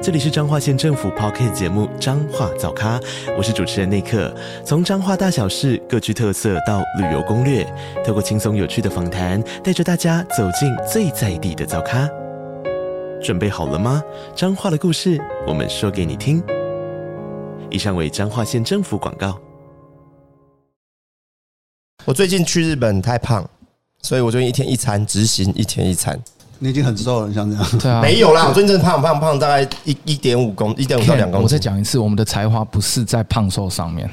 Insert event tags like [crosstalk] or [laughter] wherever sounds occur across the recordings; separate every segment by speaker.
Speaker 1: 这里是彰化县政府 p o c k t 节目《彰化早咖》，我是主持人内克。从彰化大小事各具特色到旅游攻略，透过轻松有趣的访谈，带着大家走进最在地的早咖。准备好了吗？彰化的故事，我们说给你听。以上为彰化县政府广告。
Speaker 2: 我最近去日本太胖，所以我最近一天一餐，执行一天一餐。
Speaker 3: 你已经很瘦了，你像这样。
Speaker 4: 对啊，
Speaker 2: 没有啦，我最近真的胖胖胖，大概一一点五公一点五到两
Speaker 4: Ken，
Speaker 2: 公
Speaker 4: 我再
Speaker 2: 斤。
Speaker 4: 讲一次，我们的才华不是在胖瘦上面，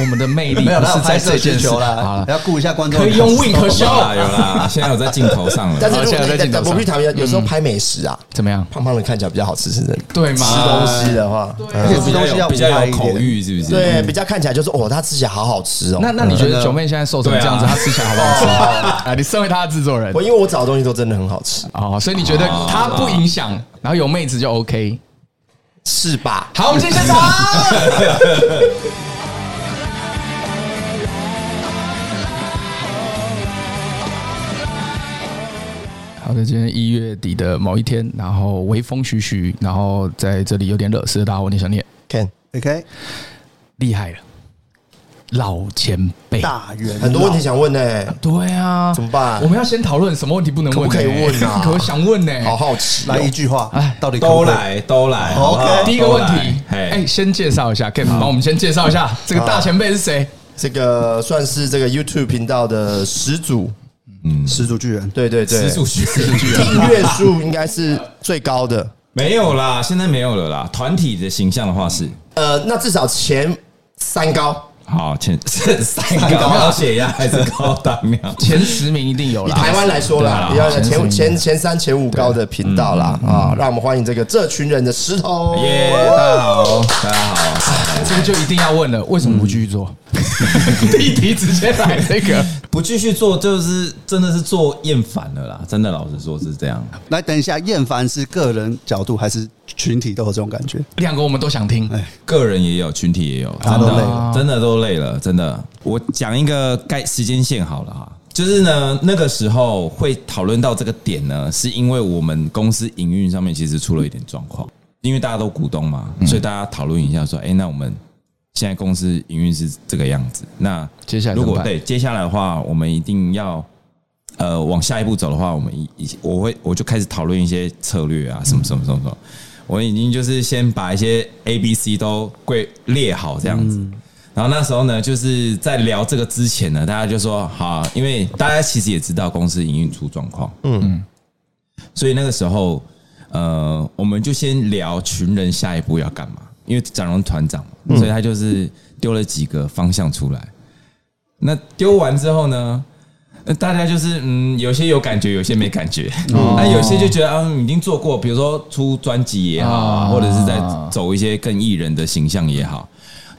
Speaker 4: 我们的魅力
Speaker 3: 没有
Speaker 4: 不
Speaker 3: 啦，
Speaker 4: 是在
Speaker 3: 拍摄
Speaker 4: 这
Speaker 3: 需
Speaker 4: 件事。
Speaker 3: 求
Speaker 4: 好
Speaker 3: 啦
Speaker 4: 了，，
Speaker 3: 要顾一下观众。
Speaker 4: 可以用 weak
Speaker 5: 有
Speaker 4: show
Speaker 5: 啦有
Speaker 4: 了，
Speaker 5: 啦， [laughs] 现在有在镜头上了。
Speaker 2: 但是
Speaker 4: 好
Speaker 2: 如
Speaker 4: 现在
Speaker 2: 果
Speaker 4: 在镜头
Speaker 2: 但
Speaker 4: 上
Speaker 2: 我必须坦白，有时候拍美食啊，
Speaker 4: 怎么样？
Speaker 2: 胖胖的看起来比较好吃，是真的。
Speaker 4: 对
Speaker 2: 吃
Speaker 4: 吗？
Speaker 2: 东西的话，
Speaker 3: 而
Speaker 2: 嗯
Speaker 3: 且
Speaker 5: 比
Speaker 3: 吃
Speaker 5: 较
Speaker 3: 东西
Speaker 5: 有
Speaker 3: 要
Speaker 5: 比较有
Speaker 3: 无害一
Speaker 5: 口
Speaker 3: 点。
Speaker 5: 欲，是不是？
Speaker 2: 对，比较看起来就是哦，它吃起来好好吃哦。
Speaker 4: 那那你觉
Speaker 5: 真
Speaker 4: 得
Speaker 5: 的
Speaker 4: 九妹现在瘦成这样子，
Speaker 5: 对啊
Speaker 4: 她吃起来好不好 [laughs] 吃？啊，你身为她的制作人
Speaker 2: 我，因为我找的东西都真的很好吃，
Speaker 4: 哦，所以你觉得她不影响，然后有妹子就 OK。
Speaker 2: 是吧？
Speaker 4: 好，我们进现场。好的，今天一月底的某一天，然后微风徐徐，然后在这里有点热，是大家我念想念，
Speaker 2: 看
Speaker 3: OK，
Speaker 4: 厉害了，老前辈，
Speaker 3: 大圆
Speaker 2: 很多问题想问呢、
Speaker 4: 对啊，
Speaker 2: 怎么办
Speaker 4: 我们要先讨论什么问题不能问、
Speaker 2: 可
Speaker 4: 欸
Speaker 2: 不可以问啊
Speaker 4: [laughs] 可我想问欸呢、
Speaker 2: 好好奇、哦
Speaker 3: 来一句话
Speaker 4: 哎，
Speaker 3: 到底可
Speaker 5: 都
Speaker 3: 不可以？
Speaker 5: 来都来。好不好
Speaker 3: OK
Speaker 4: 第一个问题，
Speaker 5: 都
Speaker 4: 哎、
Speaker 5: 来嘿，
Speaker 4: 先介绍一下，Ken，帮我们先介绍一下这个大前辈是谁？
Speaker 2: 这个算是这个 YouTube 频道的始祖，
Speaker 3: 始祖巨人，
Speaker 2: 对对对
Speaker 5: 吃，素去
Speaker 2: 订阅数应该是最高的。
Speaker 5: [laughs] 没有啦，现在没有了啦。团体的形象的话是
Speaker 2: 呃，那至少前三高，
Speaker 5: 好，前 [laughs] 是三高高血压还是高糖 [laughs] 尿？
Speaker 4: 前十名一定有
Speaker 2: 以
Speaker 4: 啦。
Speaker 2: 台湾来说啦，比较
Speaker 5: 对啊
Speaker 4: 前
Speaker 2: 前
Speaker 4: 三
Speaker 2: 前前三前五高的频道啦
Speaker 5: 嗯
Speaker 2: 啊，让我们欢迎这个这群人的石头。
Speaker 5: 耶，大家好，大家好。
Speaker 4: 这个就一定要问了，为什么不继续做？ [laughs] 第一题直接来这个，
Speaker 5: 不继续做就是真的是做厌烦了啦，真的老实说是这样。
Speaker 3: 来等一下，厌烦是个人角度还是群体都有这种感觉？
Speaker 4: 两个我们都想听。
Speaker 5: 个人也有，群体也有，
Speaker 3: 大家
Speaker 5: 真
Speaker 3: 都
Speaker 5: 的
Speaker 3: 累
Speaker 4: 了
Speaker 5: 真的都累了，真的。我讲一个概时间线好了哈，就是呢，那个时候会讨论到这个点呢，是因为我们公司营运上面其实出了一点状况，因为大家都股东嘛，所以大家讨论一下说，哎、那我们现在公司营运是这个样子，那
Speaker 4: 接下来
Speaker 5: 如
Speaker 4: 怎么
Speaker 5: 果
Speaker 4: 办
Speaker 5: 对接下来的话，我们一定要。呃，往下一步走的话，我们一一我会我就开始讨论一些策略啊，什么什么什么什么。我已经就是先把一些 A、B、C 都归列好这样子。
Speaker 4: 嗯
Speaker 5: 然后那时候呢，就是在聊这个之前呢，大家就说好，因为大家其实也知道公司营运出状况，嗯，所以那个时候，呃，我们就先聊群人下一步要干嘛，因为展荣团长嘛，所以他就是丢了几个方向出来。那丢完之后呢？那大家就是嗯，有些有感觉，有些没感觉。那有些就觉 [laughs] 得啊，嗯已经做过，比如说出专辑也好啊，
Speaker 4: 啊
Speaker 5: 或者是在走一些更艺人的形象也好，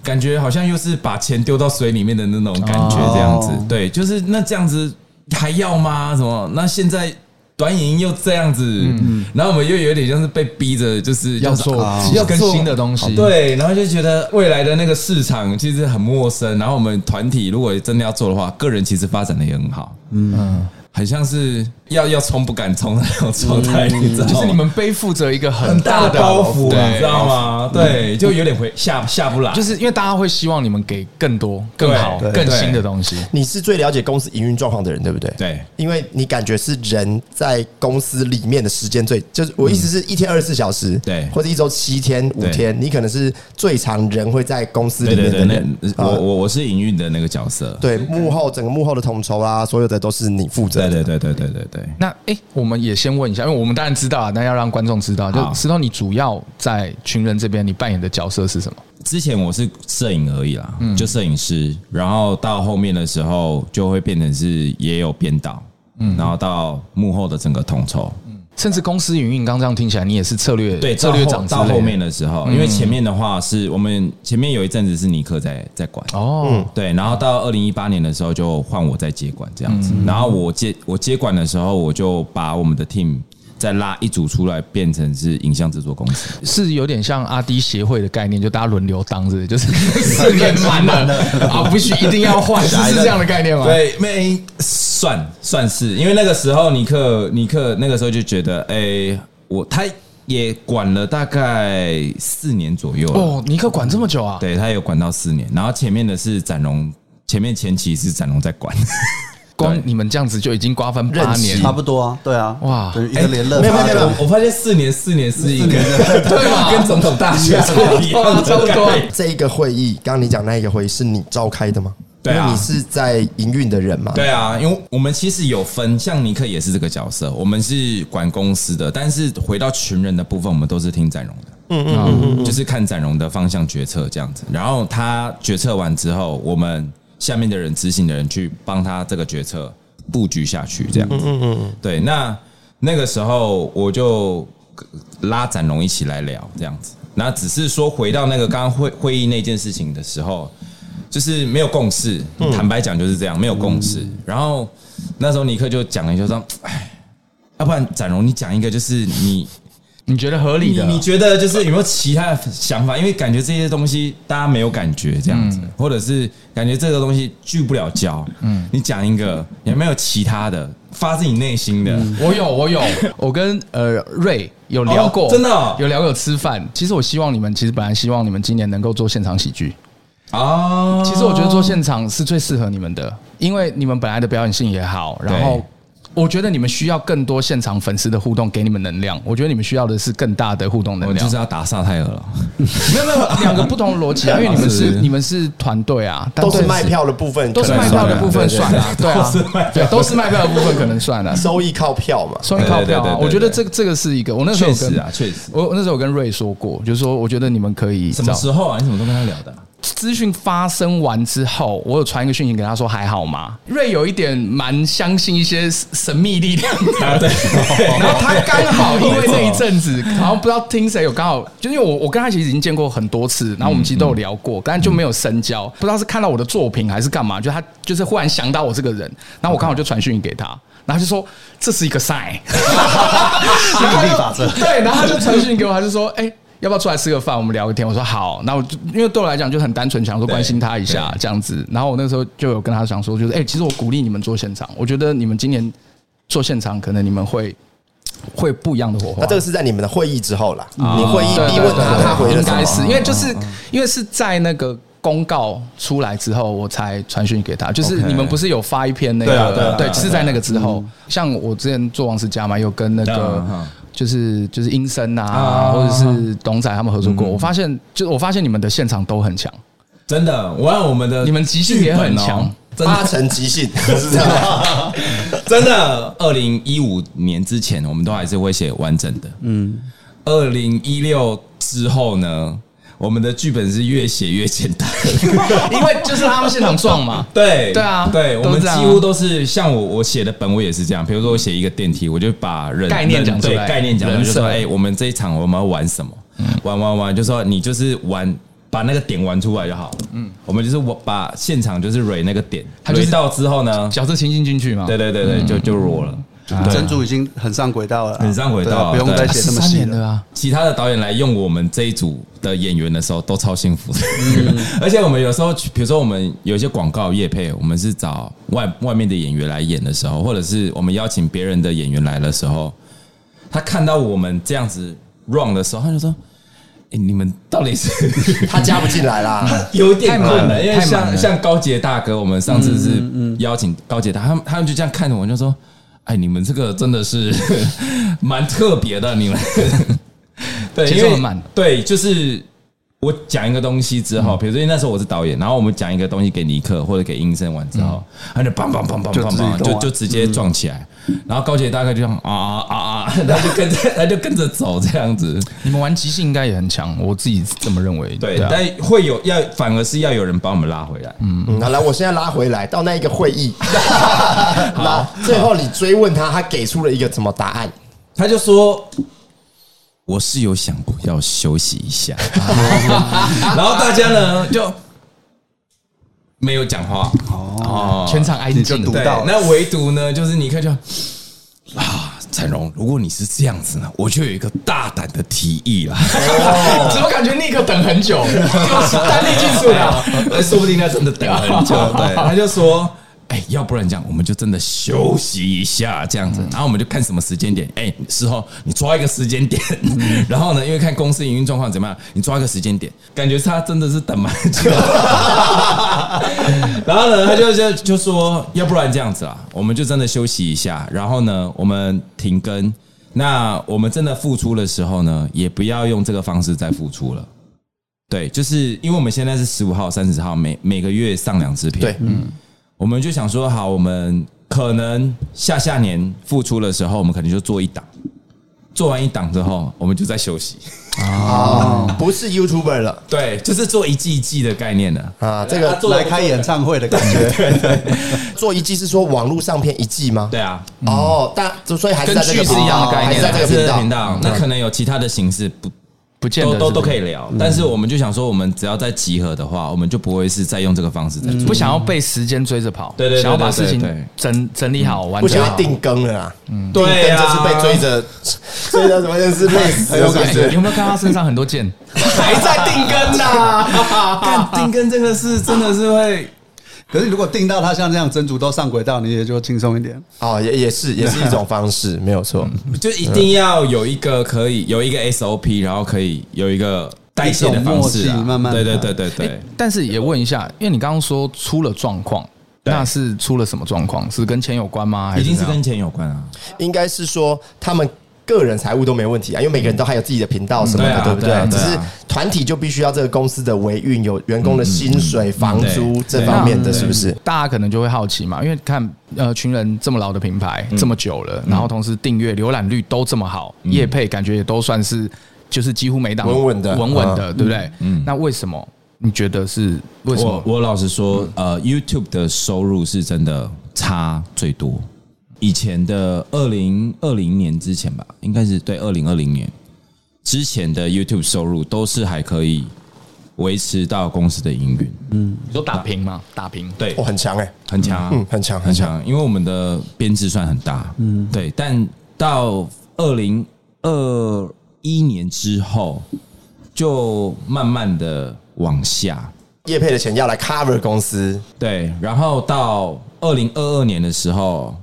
Speaker 5: 感觉好像又是把钱丢到水里面的那种感觉，这样子。
Speaker 3: 哦
Speaker 5: 对，就是那这样子还要吗？什么？那现在短影音又这样子，然后我们又有点像是被逼着，就是
Speaker 4: 嗯
Speaker 5: 啊
Speaker 4: 要做
Speaker 5: 要
Speaker 4: 要跟
Speaker 5: 做
Speaker 4: 新的东西
Speaker 5: 对，然后就觉得未来的那个市场其实很陌生。然后我们团体如果真的要做的话，个人其实发展的也很好，
Speaker 4: 嗯，
Speaker 5: 很像是要要冲不敢冲的那种状态，你知道吗？
Speaker 4: 嗯就是你们背负着一个很
Speaker 5: 很大
Speaker 4: 大
Speaker 5: 的
Speaker 4: 的
Speaker 5: 包袱，
Speaker 4: 对
Speaker 5: 你知道？吗？对，就有点回下下不来，
Speaker 4: 嗯就是因为大家会希望你们给更多、更好、
Speaker 5: 对
Speaker 4: 更新的东西。
Speaker 2: 你是最了解公司营运状况的人，对不对？
Speaker 5: 对
Speaker 2: 因为你感觉是人在公司里面的时间最，就是我意思是一天二十四小时，
Speaker 5: 嗯对
Speaker 2: 或者一周七天五
Speaker 5: 对
Speaker 2: 天，你可能是最长人会在公司里
Speaker 5: 对
Speaker 2: 面
Speaker 5: 对
Speaker 2: 的
Speaker 5: 对，
Speaker 2: 人
Speaker 5: 那。呃
Speaker 2: 啊
Speaker 5: 我我我是营运的那个角色，
Speaker 2: 对幕后整个幕后的统筹啊，所有的都是你负责
Speaker 5: 对
Speaker 2: 的。
Speaker 5: 对对对对对对。
Speaker 4: 那哎、诶我们也先问一下，因为我们当然知道啊，但要让观众知道，就
Speaker 5: 好
Speaker 4: 石头，你主要在群人这边，你扮演的角色是什么？
Speaker 5: 之前我是摄影而已啦，
Speaker 4: 嗯
Speaker 5: 就摄影师，然后到后面的时
Speaker 4: 嗯
Speaker 5: 候就会变成是也有编导，然后到幕后的整个统筹，
Speaker 4: 甚至公司营运，刚刚这样听起来，你也是策略
Speaker 5: 对，
Speaker 4: 嗯策略
Speaker 5: 到后
Speaker 4: 长之
Speaker 5: 到
Speaker 4: 类嗯
Speaker 5: 后面的时候，因为前面的话是我们前面有一阵子是尼克在在管，
Speaker 4: 哦，
Speaker 5: 对，然后到二零一八年的时候就换我在接管这样
Speaker 4: 嗯
Speaker 5: 子，然后我接我接管的时候，我就把我们的 team 再拉一组出来，变成是影像制作公司。
Speaker 4: 是有点像阿迪协会的概念，就大家轮流当，是不是？就是
Speaker 5: [laughs]
Speaker 4: 四年满了啊，不许一定要换，是是这样的概念吗？，
Speaker 5: 对，没算算是，因为那个时候尼克尼克那个时候就觉得，哎、我他也管了大概四年左右了，
Speaker 4: 哦，尼克管这么久啊？，
Speaker 5: 对他有管到四年，然后前面的是展荣，前面前期是展荣在管。
Speaker 4: 光你们这样子就已经瓜分八年，
Speaker 3: 差不多啊，对啊，
Speaker 4: 哇
Speaker 3: 对一个连任
Speaker 5: [laughs] 哎没有
Speaker 3: 八
Speaker 5: 没有
Speaker 3: 个
Speaker 5: 没有，我发现四年四年是一个 [laughs] 对吧？跟总统
Speaker 4: [laughs]
Speaker 5: 大学差不一样
Speaker 4: 啊差不
Speaker 5: 的概
Speaker 4: 多
Speaker 5: 念。
Speaker 2: [laughs] 这一个会议，刚刚你讲那一个会议是你召开的吗？
Speaker 5: 对啊
Speaker 2: 因为你是在营运的人嘛？
Speaker 5: 对啊，因为我们其实有分，像尼克也是这个角色，我们是管公司的，但是回到群人的部分，我们都是听展荣的。啊
Speaker 4: 嗯
Speaker 5: 就是看展荣的方向决策这样子。然后他决策完之后，我们下面的人执行的人去帮他这个决策布局下去这样子。嗯嗯，对。那那个时候我就拉展荣一起来聊这样子。那只是说回到那个刚刚会会议那件事情的时候，就是没有共识。坦白讲就是这样，没有共识。然后那时候尼克就讲了一句说：“哎，要不然展荣你讲一个，就是你。”
Speaker 4: 你觉得合理的？
Speaker 5: 你你觉得就是有没有其他的想法？因为感觉这些东西大家没有感觉这样子，或者是感觉这个东西聚不了焦。嗯，你讲一个有没有其他的，发自你内心的？
Speaker 4: 我有，我有， [laughs] 我跟呃瑞有聊过，
Speaker 5: 哦真的哦
Speaker 4: 有聊过有吃饭。其实我希望你们，其实本来希望你们今年能够做现场喜剧。
Speaker 5: 哦，
Speaker 4: 其实我觉得做现场是最适合你们的，因为你们本来的表演性也好，然后
Speaker 5: 对
Speaker 4: 我觉得你们需要更多现场粉丝的互动，给你们能量。我觉得你们需要的是更大的互动能
Speaker 5: 我就
Speaker 4: 量
Speaker 5: 是。要打萨泰尔 [laughs] 了。
Speaker 4: 没有没有，两个不同的逻辑啊，因为你们是
Speaker 5: 是
Speaker 4: 你们是团队啊，但
Speaker 2: 都是
Speaker 4: 对
Speaker 2: 卖，票的部分，
Speaker 4: 都是
Speaker 2: 可能
Speaker 4: 卖票的部分算啊，对
Speaker 5: 都是卖
Speaker 4: 啊
Speaker 5: 票，
Speaker 4: 对，都是卖票的部分可能算了。
Speaker 2: 收益靠票嘛。
Speaker 4: 双靠票
Speaker 5: 对对对
Speaker 4: 啊
Speaker 5: 对！对
Speaker 4: 我觉得这个这个是一个，我那时候
Speaker 5: 确
Speaker 4: 有跟
Speaker 5: 实啊，确实。
Speaker 4: 我我那时候有跟瑞说过，就是说我觉得你们可以
Speaker 5: 什么
Speaker 4: 找
Speaker 5: 时候啊？你怎么都跟他聊的啊？
Speaker 4: 资讯发生完之后，我有传一个讯息给他说还好吗？瑞有一点蛮相信一些神秘力量的，
Speaker 5: 啊 [laughs] 对，哦
Speaker 4: 然后他刚
Speaker 5: [laughs]
Speaker 4: 好因为那一阵子，然后不知道听谁有刚好，就因为我我跟他其实已经见过很多次，然后我们其实都有聊过，但就没有深交，不知道是看到我的作品还是干嘛，就他就是忽然想到我这个人，然后我刚好就传讯给他。然后他就说这是一个 sign，然后
Speaker 3: 引力法
Speaker 4: 他就
Speaker 3: 则
Speaker 4: [laughs] 对，然后他就传讯给我，他就说：“哎、要不要出来吃个饭？我们聊个天。”我说：“好。”那我就因为对我来讲就很单纯，想说关心他一下
Speaker 5: 对
Speaker 4: 这样子。然后我那时候就有跟他想说，就是哎、其实我鼓励你们做现场，我觉得你们今年做现场，可能你们会会不一样的火
Speaker 2: 啊
Speaker 4: 花。
Speaker 2: 那这个是在你们的会议之后啦，你会议逼问他，他回了
Speaker 4: 啊应
Speaker 2: 什
Speaker 4: 该
Speaker 2: 么？
Speaker 4: 是因为就是因为是在那个。公告出来之后，我才传讯给他。就是
Speaker 5: OK
Speaker 4: 你们不是有发一篇那
Speaker 5: 对啊对
Speaker 4: 个
Speaker 5: 啊对啊
Speaker 4: 是在那个之后。像我之前做王思佳嘛，有跟那个
Speaker 5: 嗯嗯
Speaker 4: 就是就是音声啊，
Speaker 5: 啊
Speaker 4: 或者是董仔他们合作过。我发现，就我发现你们的现场都很强，
Speaker 5: 真的，我让我们的
Speaker 4: 你们即兴也很
Speaker 5: 剧本哦
Speaker 4: 强
Speaker 5: 真的
Speaker 2: 八成即兴
Speaker 4: [laughs]
Speaker 2: 是这样吗，
Speaker 5: 真的，二零一五年之前，我们都还是会写完整的。嗯，二零一六之后呢，我们的剧本是越写越简
Speaker 4: [laughs]
Speaker 5: 单。
Speaker 4: 因为就是他们现场撞嘛。
Speaker 5: 对
Speaker 4: 对啊
Speaker 5: 对，我
Speaker 4: 都
Speaker 5: 们
Speaker 4: 是这
Speaker 5: 几
Speaker 4: 样啊
Speaker 5: 乎都是像我我写的本，我也是这样。比如说我写一个电梯，我就把人
Speaker 4: 概念讲出来
Speaker 5: 对概念讲出来，
Speaker 4: 人
Speaker 5: 就
Speaker 4: 设嗯
Speaker 5: 说哎，我们这一场我们要玩什么？玩玩玩，就说你就是玩。把那个点玩出来就好。嗯，我们就是我把现场就是蕊那个点，
Speaker 4: 他就是
Speaker 5: 蕊到之后呢，
Speaker 4: 角色情境进去嘛，
Speaker 5: 对对对对，就就弱了。
Speaker 3: 珍珠已经很上轨道了啊，
Speaker 5: 很上轨道
Speaker 3: 对不用再
Speaker 5: 对
Speaker 3: 写
Speaker 4: 啊十
Speaker 3: 那么
Speaker 4: 三
Speaker 3: 细
Speaker 4: 年了。啊，
Speaker 5: 其他的导演来用我们这一组的演员的时候，都超幸福的。 [laughs] 而且我们有时候去，比如说我们有一些广告业配，我们是找外外面的演员来演的时候，或者是我们邀请别人的演员来的时候，他看到我们这样子 run 的时候，他就说：“哎、你们到底是
Speaker 2: 他加不进来啦。
Speaker 5: 有点困
Speaker 4: 太忙
Speaker 5: 难，
Speaker 4: 了
Speaker 5: 因为
Speaker 4: 太忙
Speaker 5: 像
Speaker 4: 了嗯
Speaker 5: 像高杰大哥，我们上次是邀请高杰大，他们他们就这样看着我，就说：“哎，你们这个真的是 [laughs] 蛮特别的，你们 [laughs] 对，
Speaker 4: 节
Speaker 5: 因
Speaker 4: 奏
Speaker 5: 为
Speaker 4: 很慢嗯
Speaker 5: 对，就是我讲一个东西之后，比如说因为那时候我是导演，然后我们讲一个东西给尼克或者给英生完之后，
Speaker 4: 嗯
Speaker 5: 他就梆梆梆梆
Speaker 3: 就
Speaker 5: 梆
Speaker 3: 自己
Speaker 5: 梆，
Speaker 3: 动
Speaker 5: 就
Speaker 3: 啊
Speaker 5: 就直接撞起来，
Speaker 4: 嗯
Speaker 5: 然后高杰大哥就这样啊啊啊啊，他就跟着他就跟着走这样子，
Speaker 4: 你们玩即兴应该也很强，我自己这么认为。
Speaker 5: 对，
Speaker 4: 啊
Speaker 5: 但会有要反而是要有人把我们拉回来，
Speaker 2: 嗯，好了，我现在拉回来到那一
Speaker 4: [laughs]
Speaker 2: 个会议，那最后你追问他，他给出了一个什么答案？
Speaker 5: 他就说。我是有想过要休息一下， [laughs] 然后大家呢就没有讲话哦，
Speaker 4: 全场安静，
Speaker 5: 对，那唯独呢，就是尼克就 [sniffs] 啊，陈荣，如果你是这样子呢，我就有一个大胆的提议啦。
Speaker 4: 怎么感觉立刻等很久？就是单力技术
Speaker 5: [laughs]
Speaker 4: 的，
Speaker 5: 说不定他真的等很久。对，他就说。 [laughs] 哎，要不然这样，我们就真的休息一下，这样子，然后我们就看什么时间点。哎，事后你抓一个时间点， [laughs] 然后呢，因为看公司营运状况怎么样，你抓一个时间点，感觉他真的是等蛮久。 [laughs] 然后呢，他就就就说，要不然这样子啊，我们就真的休息一下，然后呢，我们停更。那我们真的付出的时候呢，也不要用这个方式再付出了。对，就是因为我们现在是十五号、三十号，每每个月上两支片。
Speaker 2: 对，嗯，
Speaker 5: 我们就想说，好，我们可能下下年复出的时候，我们可能就做一档，做完一档之后，我们就在休息。
Speaker 2: 啊不是 YouTuber 了
Speaker 5: 对，就是做一季一季的概念呢。
Speaker 2: 啊，这个
Speaker 3: 来开演唱会的感觉，
Speaker 2: 做一季是说网络上片一季吗？
Speaker 5: 对啊，
Speaker 2: 哦，但所以还是在这个
Speaker 4: 跟剧是一样的概念
Speaker 2: 还是在这
Speaker 5: 这
Speaker 2: 个
Speaker 5: 个
Speaker 2: 频
Speaker 5: 啊频
Speaker 2: 道。嗯
Speaker 5: 道，那可能有其他的形式不。
Speaker 4: [laughs] 不见
Speaker 5: 都
Speaker 4: 得
Speaker 5: 都都可
Speaker 4: 以，
Speaker 5: 以聊，但是我们就想说，我们只要再集合的话，我们就不会是再用这个方式在做。
Speaker 4: 不
Speaker 2: 嗯
Speaker 4: 想要被时间追着跑，
Speaker 5: 对对对对
Speaker 4: 想要把事
Speaker 5: 对
Speaker 4: 情
Speaker 5: 对
Speaker 4: 整整理好，完
Speaker 2: 不想
Speaker 4: 成
Speaker 2: 要
Speaker 4: 好。
Speaker 2: 定更了啦，
Speaker 5: 对
Speaker 2: 定
Speaker 5: 啊
Speaker 2: 更就是被追着，追着什么就是累死了，是不
Speaker 4: 哎
Speaker 2: 是？
Speaker 4: 有没有看他身上很多剑？
Speaker 5: 还在定根呐？啊干定根这个是 [laughs] 真的
Speaker 2: 嗯
Speaker 5: 是会
Speaker 3: 可是如果定到他像这样真主都上轨道，你也就轻松一点。
Speaker 2: [laughs] 哦，也也是也是一种方式，没有错。
Speaker 5: 就一定要有一个可以有一个 SOP，然后可以有一个代谢的方式
Speaker 3: 一种
Speaker 5: 啊，
Speaker 3: 默契慢慢
Speaker 5: 对对对对
Speaker 4: 哎
Speaker 5: 对，
Speaker 4: 但是也问一下，因为你刚刚说出了状况，
Speaker 5: 对
Speaker 4: 那是出了什么状况？是跟钱有关吗？还
Speaker 2: 哎
Speaker 5: 一定是
Speaker 4: 怎样
Speaker 5: 跟钱有关啊，
Speaker 2: 应该是说他们个人财务都没问题啊，因为每个人都还有自己的频道什么
Speaker 5: 嗯对
Speaker 2: 的，
Speaker 5: 啊
Speaker 2: 对不
Speaker 5: 对啊
Speaker 2: 对？只
Speaker 5: 对啊
Speaker 2: 是团体就必须要这个公司的维运，有员工的薪水、房租
Speaker 5: 对
Speaker 2: 这方面的，
Speaker 5: 对
Speaker 2: 是不是？
Speaker 4: 嗯大家可能就会好奇嘛，因为看呃群人这么老的品牌
Speaker 5: 嗯
Speaker 4: 这么久了，然后同时订阅浏览率都这么好，业配感觉也都算是就是几乎每档
Speaker 2: 稳稳的
Speaker 4: 稳稳的，对不对？那为什么你觉得是为什
Speaker 5: 嗯我
Speaker 4: 么？
Speaker 5: 我老实说，呃，YouTube 的收入是真的差最多。以前的二零二零年之前吧，应该是对二零二零年之前的 YouTube 收入都是还可以维持到公司的营运，
Speaker 4: 你说打平嘛，打平。
Speaker 5: 对
Speaker 2: 哦，，很强哎，
Speaker 5: 很强啊，
Speaker 2: 嗯，很强
Speaker 5: 很
Speaker 2: 很强。
Speaker 5: 强，因为我们的编制算很大，嗯，对。但到二零二一年之后，就慢慢的往下，
Speaker 2: 业配的钱要来 cover 公司，
Speaker 5: 对。然后到二零二二年的时候，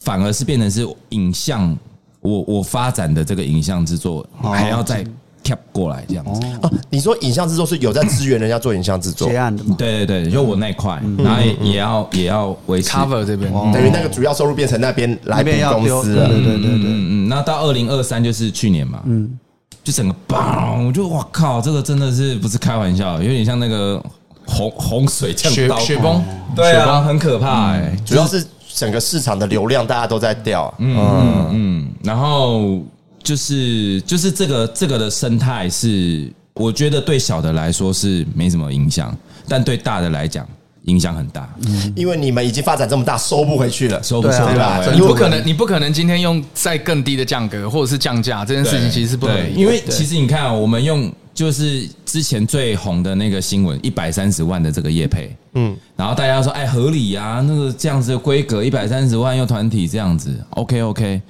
Speaker 5: 反而是变成是影像，我我发展的这个影像制作
Speaker 4: 哦
Speaker 5: 还要再 cap 过来这样子，
Speaker 2: 哦，你说影像制作是有在支援人家做影像制作
Speaker 3: 结，案的嘛，
Speaker 5: 对对对，就我那一块，然后也也要也要维
Speaker 4: 嗯
Speaker 5: 持
Speaker 4: cover 这边，
Speaker 5: 哦
Speaker 2: 等于那个主要收入变成那边来
Speaker 3: 那
Speaker 2: 补
Speaker 3: 边要
Speaker 2: 公
Speaker 3: 丢，
Speaker 2: 司啊
Speaker 3: 对
Speaker 2: 了。
Speaker 3: 对对对对。
Speaker 5: 嗯嗯，那到二零二三就是去年嘛，嗯，就整个砰，我就哇靠，这个真的是不是开玩笑，有点像那个洪洪水降
Speaker 4: 雪
Speaker 5: 到
Speaker 4: 雪崩，
Speaker 5: 对
Speaker 4: 雪
Speaker 5: 啊，
Speaker 4: 崩嗯
Speaker 5: 很可怕哎、
Speaker 2: 主要是整个市场的流量大家都在掉啊，
Speaker 5: 嗯嗯，然后就是就是这个这个的生态是，我觉得对小的来说是没什么影响，但对大的来讲影响很大，
Speaker 2: 因为你们已经发展这么大，收不回去了。
Speaker 5: 收不
Speaker 3: 对
Speaker 5: 收
Speaker 3: 啊
Speaker 5: 得
Speaker 2: 对吧
Speaker 5: 回来
Speaker 2: 真
Speaker 4: 你不可能，你不可能今天用再更低的价格或者是降价这件事情，其实是不可
Speaker 5: 对，
Speaker 4: 能。
Speaker 5: 因为其实你看、哦，我们用就是之前最红的那个新闻，一百三十万的这个业配，嗯，然后大家说，哎，合理啊，那个这样子的规格，一百三十万又团体这样子，OK OK。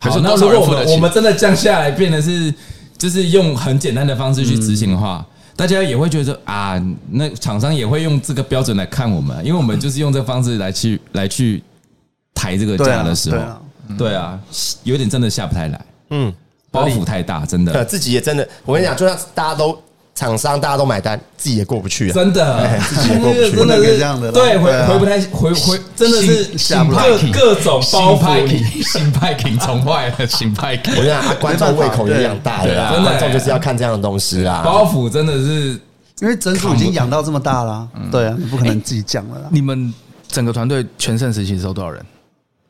Speaker 4: 可是
Speaker 5: 好，那
Speaker 4: 多少人
Speaker 5: 如果我
Speaker 4: 付得
Speaker 5: 们
Speaker 4: 起
Speaker 5: 我们真的降下来，变得是就是用很简单的方式去执行的话。大家也会觉得啊，那厂商也会用这个标准来看我们，因为我们就是用这方式来去来去抬这个
Speaker 3: 对
Speaker 5: 价
Speaker 3: 啊
Speaker 5: 的时候，
Speaker 3: 对啊
Speaker 5: 对啊，有点真的下不太来，
Speaker 2: 嗯，
Speaker 5: 包袱太大，真
Speaker 2: 呃，
Speaker 5: 的，
Speaker 2: 自己也真的，我跟你讲，就算大家都厂商大家都买单，自己也过不去啊。
Speaker 5: 真的，
Speaker 2: 自己也过不去
Speaker 5: [laughs] 真的
Speaker 3: 不能
Speaker 5: 是
Speaker 3: 这样的啦
Speaker 5: 对，
Speaker 3: 对
Speaker 5: 回
Speaker 3: 啊
Speaker 5: 回不太回回，真的是
Speaker 3: 下不来
Speaker 5: 各各种包袱里，
Speaker 4: 新派 king 宠坏
Speaker 3: [laughs]
Speaker 4: 了，新派 king
Speaker 2: 我跟你讲，啊观众胃口一样大的啦，
Speaker 5: 对真的
Speaker 2: 观众就是要看这样的东西啊啦。
Speaker 5: 包袱真的是
Speaker 3: 因为整数已经养到这么大了啊，对啊，你不可能自己降了啦。
Speaker 4: 哎你们整个团队全盛时期的时候多少人？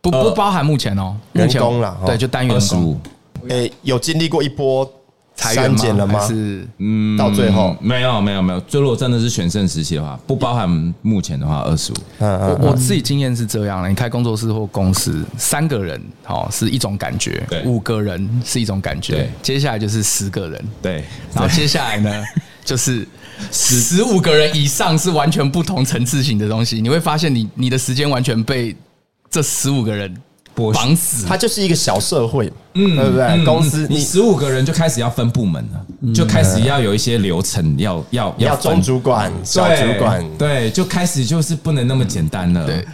Speaker 4: 不不包含目前哦，
Speaker 2: 呃员
Speaker 4: 目前
Speaker 2: 工啦哦
Speaker 4: 对，就单员
Speaker 5: 二十
Speaker 4: 工
Speaker 2: 哎
Speaker 5: 五，
Speaker 2: 诶，有经历过一波
Speaker 4: 裁员
Speaker 2: 删减了吗
Speaker 4: 还是
Speaker 5: 嗯
Speaker 2: 到最后
Speaker 5: 没有没有没有，最如果真的是全盛时期的话，不包含目前的话二十五，
Speaker 2: 嗯嗯，
Speaker 4: 我我自己经验是这样了，你开工作室或公司，三个人好是一种感觉
Speaker 5: 对，
Speaker 4: 五个人是一种感觉
Speaker 5: 对，
Speaker 4: 接下来就是十个人，
Speaker 5: 对，
Speaker 4: 然后接下来
Speaker 5: [laughs]
Speaker 4: 呢就是十十五个人以上是完全不同层次型的东西，你会发现你你的时间完全被这十五个人
Speaker 5: 剥削
Speaker 4: 绑死。
Speaker 2: 它就是一个小社会，嗯，对不对？公司
Speaker 5: 你
Speaker 2: 你嗯
Speaker 5: 十五个人就开始要分部门了，就开始要有一些流程，要要
Speaker 2: 要
Speaker 5: 分
Speaker 2: 中主管、小
Speaker 5: 对
Speaker 2: 主管，
Speaker 5: 对，就开始就是不能那么简单了。
Speaker 4: 嗯对，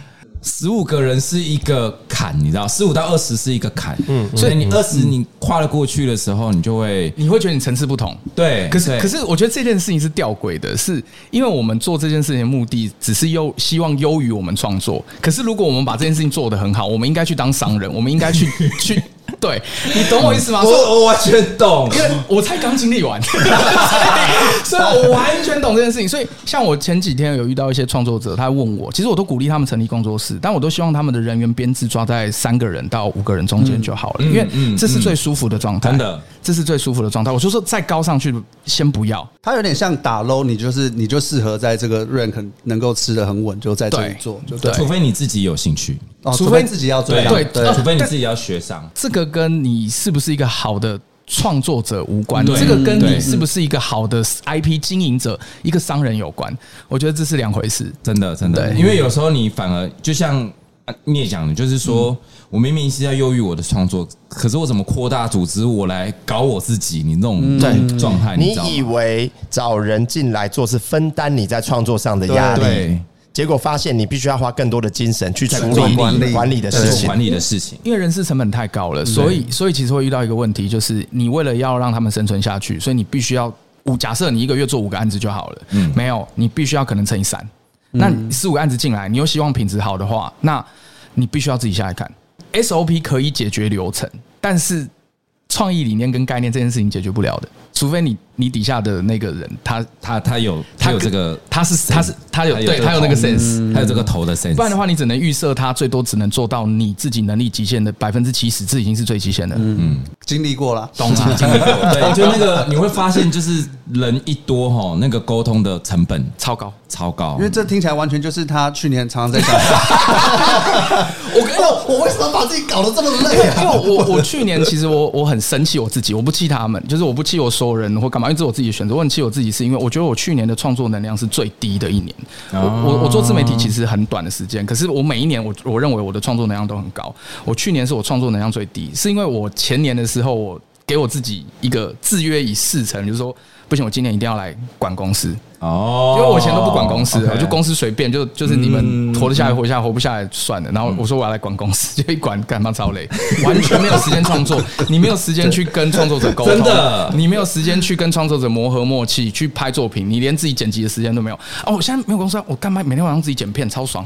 Speaker 5: 十五个人是一个坎，你知道，十五到二十是一个坎，嗯，所以你二十你跨了过去的时候，你就会
Speaker 4: 你会觉得你层次不同，
Speaker 5: 对，
Speaker 4: 可是
Speaker 5: 对
Speaker 4: 可是我觉得这件事情是吊诡的，是因为我们做这件事情的目的只是优希望优于我们创作。可是如果我们把这件事情做得很好，我们应该去当商人，我们应该
Speaker 5: [laughs]
Speaker 4: 去去对，你懂我意
Speaker 5: 嗯
Speaker 4: 思吗？说
Speaker 5: 哦我完全懂，
Speaker 4: 因为我才刚经历
Speaker 5: [laughs]
Speaker 4: 完，所以所以我完全懂这件事情。所以像我前几天有遇到一些创作者，他问我，其实我都鼓励他们成立工作室，但我都希望他们的人员编制抓在三个人到五个人中间就好了，因为
Speaker 5: 嗯嗯
Speaker 4: 这是最舒服的状态。
Speaker 5: 真的，
Speaker 4: 这是最舒服的状态。我就说再高上去先不要，
Speaker 3: 它有点像打 low，你就是你就适合在这个 rank 能够吃的很稳，就在这里
Speaker 4: 对
Speaker 3: 做，就
Speaker 4: 对
Speaker 5: 除非你自己有兴趣，
Speaker 3: 哦，
Speaker 4: 除
Speaker 3: 除
Speaker 4: 非
Speaker 3: 非自己要追啊，
Speaker 4: 对
Speaker 3: 对
Speaker 4: 呃
Speaker 5: 除非你自己要学上，
Speaker 4: 这个跟你是不是一个好的创作者无关，
Speaker 5: 对
Speaker 4: 这个跟你
Speaker 5: 对
Speaker 4: 是不是一个好的 IP 经营者、一个商人有关。我觉得这是两回事。
Speaker 5: 真的真的，
Speaker 4: 对
Speaker 5: 因为有时候你反而就像啊你也讲的，就是
Speaker 4: 嗯
Speaker 5: 说我明明是要优于我的创作，可是我怎么扩大组织，我来搞我自己，你那
Speaker 4: 嗯
Speaker 5: 种
Speaker 2: 对
Speaker 5: 状态，
Speaker 2: 你
Speaker 5: 知道
Speaker 2: 以
Speaker 5: 吗？
Speaker 2: 为找人进来做是分担你在创作上的压力，
Speaker 5: 对，
Speaker 2: 结果发现你必须要花更多的精神去处
Speaker 5: 做
Speaker 2: 理
Speaker 5: 管理
Speaker 2: 管理的
Speaker 5: 这
Speaker 2: 事
Speaker 5: 是
Speaker 2: 情
Speaker 5: 管。理的事情。
Speaker 4: 因为人事成本太高了，所以所以其实会遇到一个问题，就是你为了要让他们生存下去，所以你必须要五，假设你一个月做五个案子就好了，没有，你必须要可能乘以三。那十五个案子进来，你又希望品质好的话，那你必须要自己下来看 SOP 可以解决流程，但是创意理念跟概念这件事情解决不了的，除非你你底下的那个人他
Speaker 5: 他他有他有这个，
Speaker 4: 他是他是他有对他有那个 sense，
Speaker 5: 他有这个头的 sense。
Speaker 4: 不然的话，你只能预设它最多只能做到你自己能力极限的百分之七十，这已经是最极限啊的。嗯，
Speaker 3: 经历过了，
Speaker 4: 懂吗？
Speaker 5: 对，就那个你会发现，就是人一多吼，那个沟通的成本
Speaker 4: [laughs] 超高。
Speaker 5: 超高
Speaker 3: 因。为这听起来完全就是他去年常常在讲，
Speaker 2: 我我我为什么把自己搞得这么
Speaker 4: 因
Speaker 2: 累
Speaker 4: 为因
Speaker 2: 啊？
Speaker 4: 为我我去年其实我我很生气我自己，我不气他们，就是我不气我所有人或干嘛，因为这是我自己的选择。我很气我自己，是因为我觉得我去年的创作能量是最低的一年。我我我做自媒体其实很短的时间，可是我每一年我我认为我的创作能量都很高。我去年是我创作能量最低，是因为我前年的时候我给我自己一个制约以事成，就是说不行，我今年一定要来管公司。
Speaker 5: 哦
Speaker 4: 因为我以前都不管公司的，
Speaker 5: OK
Speaker 4: 我就公司随便，就就是你们活得下来活不下来，活不下来算了。然后我说我要来管公司， [laughs] 就一管干嘛超累，完全没有时间创作，你没有时间去跟创作者沟通，
Speaker 5: 真的
Speaker 4: 你没有时间去跟创作者磨合默契，去拍作品，你连自己剪辑的时间都没有。哦，我现在没有公司啊，我干嘛每天晚上自己剪片，超爽。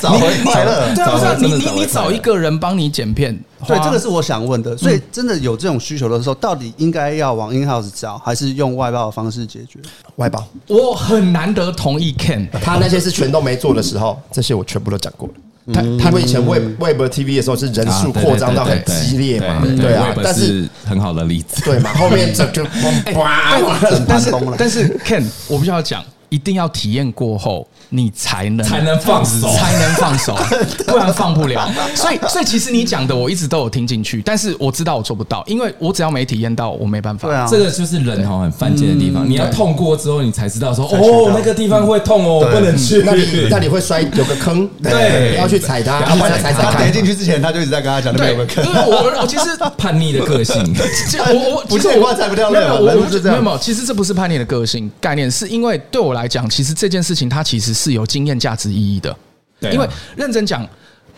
Speaker 2: 找回快乐，
Speaker 4: 对啊，不是啊
Speaker 5: 真
Speaker 4: 你
Speaker 5: 的
Speaker 4: 你
Speaker 5: 找回
Speaker 4: 你找一个人帮你剪片，
Speaker 3: 对，
Speaker 4: 花
Speaker 3: 这个是我想问的。所以真的有这种需求的时候，到底应该要往 in house 找，还是用外包的方式解决？
Speaker 2: 外包。
Speaker 4: 我很难得同意 Ken，
Speaker 2: 他那些是全都没做的时候，这些我全部都讲过了。
Speaker 5: 嗯
Speaker 4: 他
Speaker 2: 他们以前 Web Web TV 的时候是
Speaker 5: 啊
Speaker 2: 人数扩张到很激烈嘛，对啊，但是
Speaker 5: 是很好的例子。
Speaker 4: 啊
Speaker 2: 对嘛，后面这就
Speaker 3: 哎
Speaker 2: 哇，
Speaker 4: 但
Speaker 3: 搬
Speaker 4: 是
Speaker 5: [laughs]
Speaker 3: 空了
Speaker 4: 但是 Ken，我必须要讲，一定要体验过后，你才能
Speaker 5: 才能放手
Speaker 4: 才能
Speaker 3: [laughs]
Speaker 4: 放手， [laughs] 不然放不了。所以所以其实你讲的我一直都有听进去，但是我知道我做不到，因为我只要没体验到，我没办法。
Speaker 3: 对啊，
Speaker 5: 这个就是人哈很犯贱的地
Speaker 4: 嗯
Speaker 5: 方，你要痛过之后，你才知道说
Speaker 3: 学到
Speaker 5: 哦，那个地方会痛哦，不能
Speaker 4: 嗯
Speaker 5: 去。
Speaker 2: 那你那你会摔有个坑，
Speaker 5: 对
Speaker 2: 要去踩它，
Speaker 5: 不然
Speaker 2: 踩踩
Speaker 5: [laughs]
Speaker 3: 他
Speaker 2: 看
Speaker 3: 跌。进去之前，他就一直在跟他讲那边
Speaker 4: 对，
Speaker 3: 有没有
Speaker 4: 因
Speaker 3: 坑。
Speaker 4: 为我我其实。
Speaker 5: 叛逆的
Speaker 4: [laughs]
Speaker 5: 个性，
Speaker 4: 其实我我
Speaker 2: 不
Speaker 4: 其实
Speaker 2: 见
Speaker 4: 我
Speaker 2: 棺材不掉泪
Speaker 4: 没有
Speaker 2: 嘛
Speaker 4: 我
Speaker 2: 人
Speaker 4: 我
Speaker 2: 就是这样
Speaker 4: 没有没有，其实这不是叛逆的个性概念，是因为对我来讲，其实这件事情它其实是有经验价值意义的。
Speaker 5: 对啊
Speaker 4: 因为认真讲，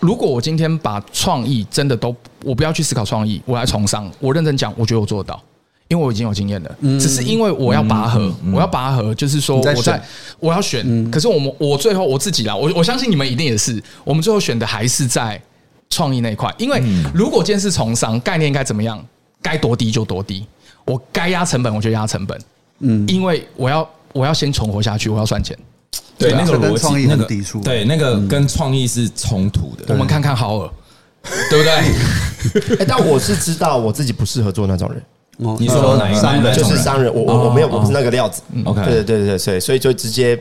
Speaker 4: 如果我今天把创意真的都，我不要去思考创意，我来从商，我认真讲，我觉得我做得到。因为我已经有经验了，
Speaker 2: 嗯
Speaker 4: 只是因为我要拔河，我要拔河，就是说
Speaker 3: 你在
Speaker 4: 我在
Speaker 3: 选嗯
Speaker 4: 我要选，可是我们我最后我自己啦，我我相信你们一定也是，我们最后选的还是在创意那一块，因为
Speaker 3: 嗯
Speaker 4: 如果今天是从商概念，该怎么样？该多低就多低，我该压成本我就压成本，嗯，因为我要我要先存活下去，我要算钱。
Speaker 5: 对
Speaker 3: 啊
Speaker 5: 那个
Speaker 3: 这跟
Speaker 5: 逻辑
Speaker 3: 创意
Speaker 5: 那
Speaker 3: 很
Speaker 5: 个
Speaker 3: 抵触嗯
Speaker 5: 对那个跟创意是冲突的。
Speaker 4: 我
Speaker 3: [laughs]
Speaker 4: 们看看豪尔，对不对？
Speaker 2: 哎但我是知道我自己不适合做那种人，
Speaker 3: 哦
Speaker 5: 你说哪一个
Speaker 3: 商
Speaker 5: 哪一
Speaker 3: 人
Speaker 5: 个
Speaker 2: 就是商人，我我我没有，我不是那个料子。
Speaker 5: OK
Speaker 2: 对对对对对，所以就直接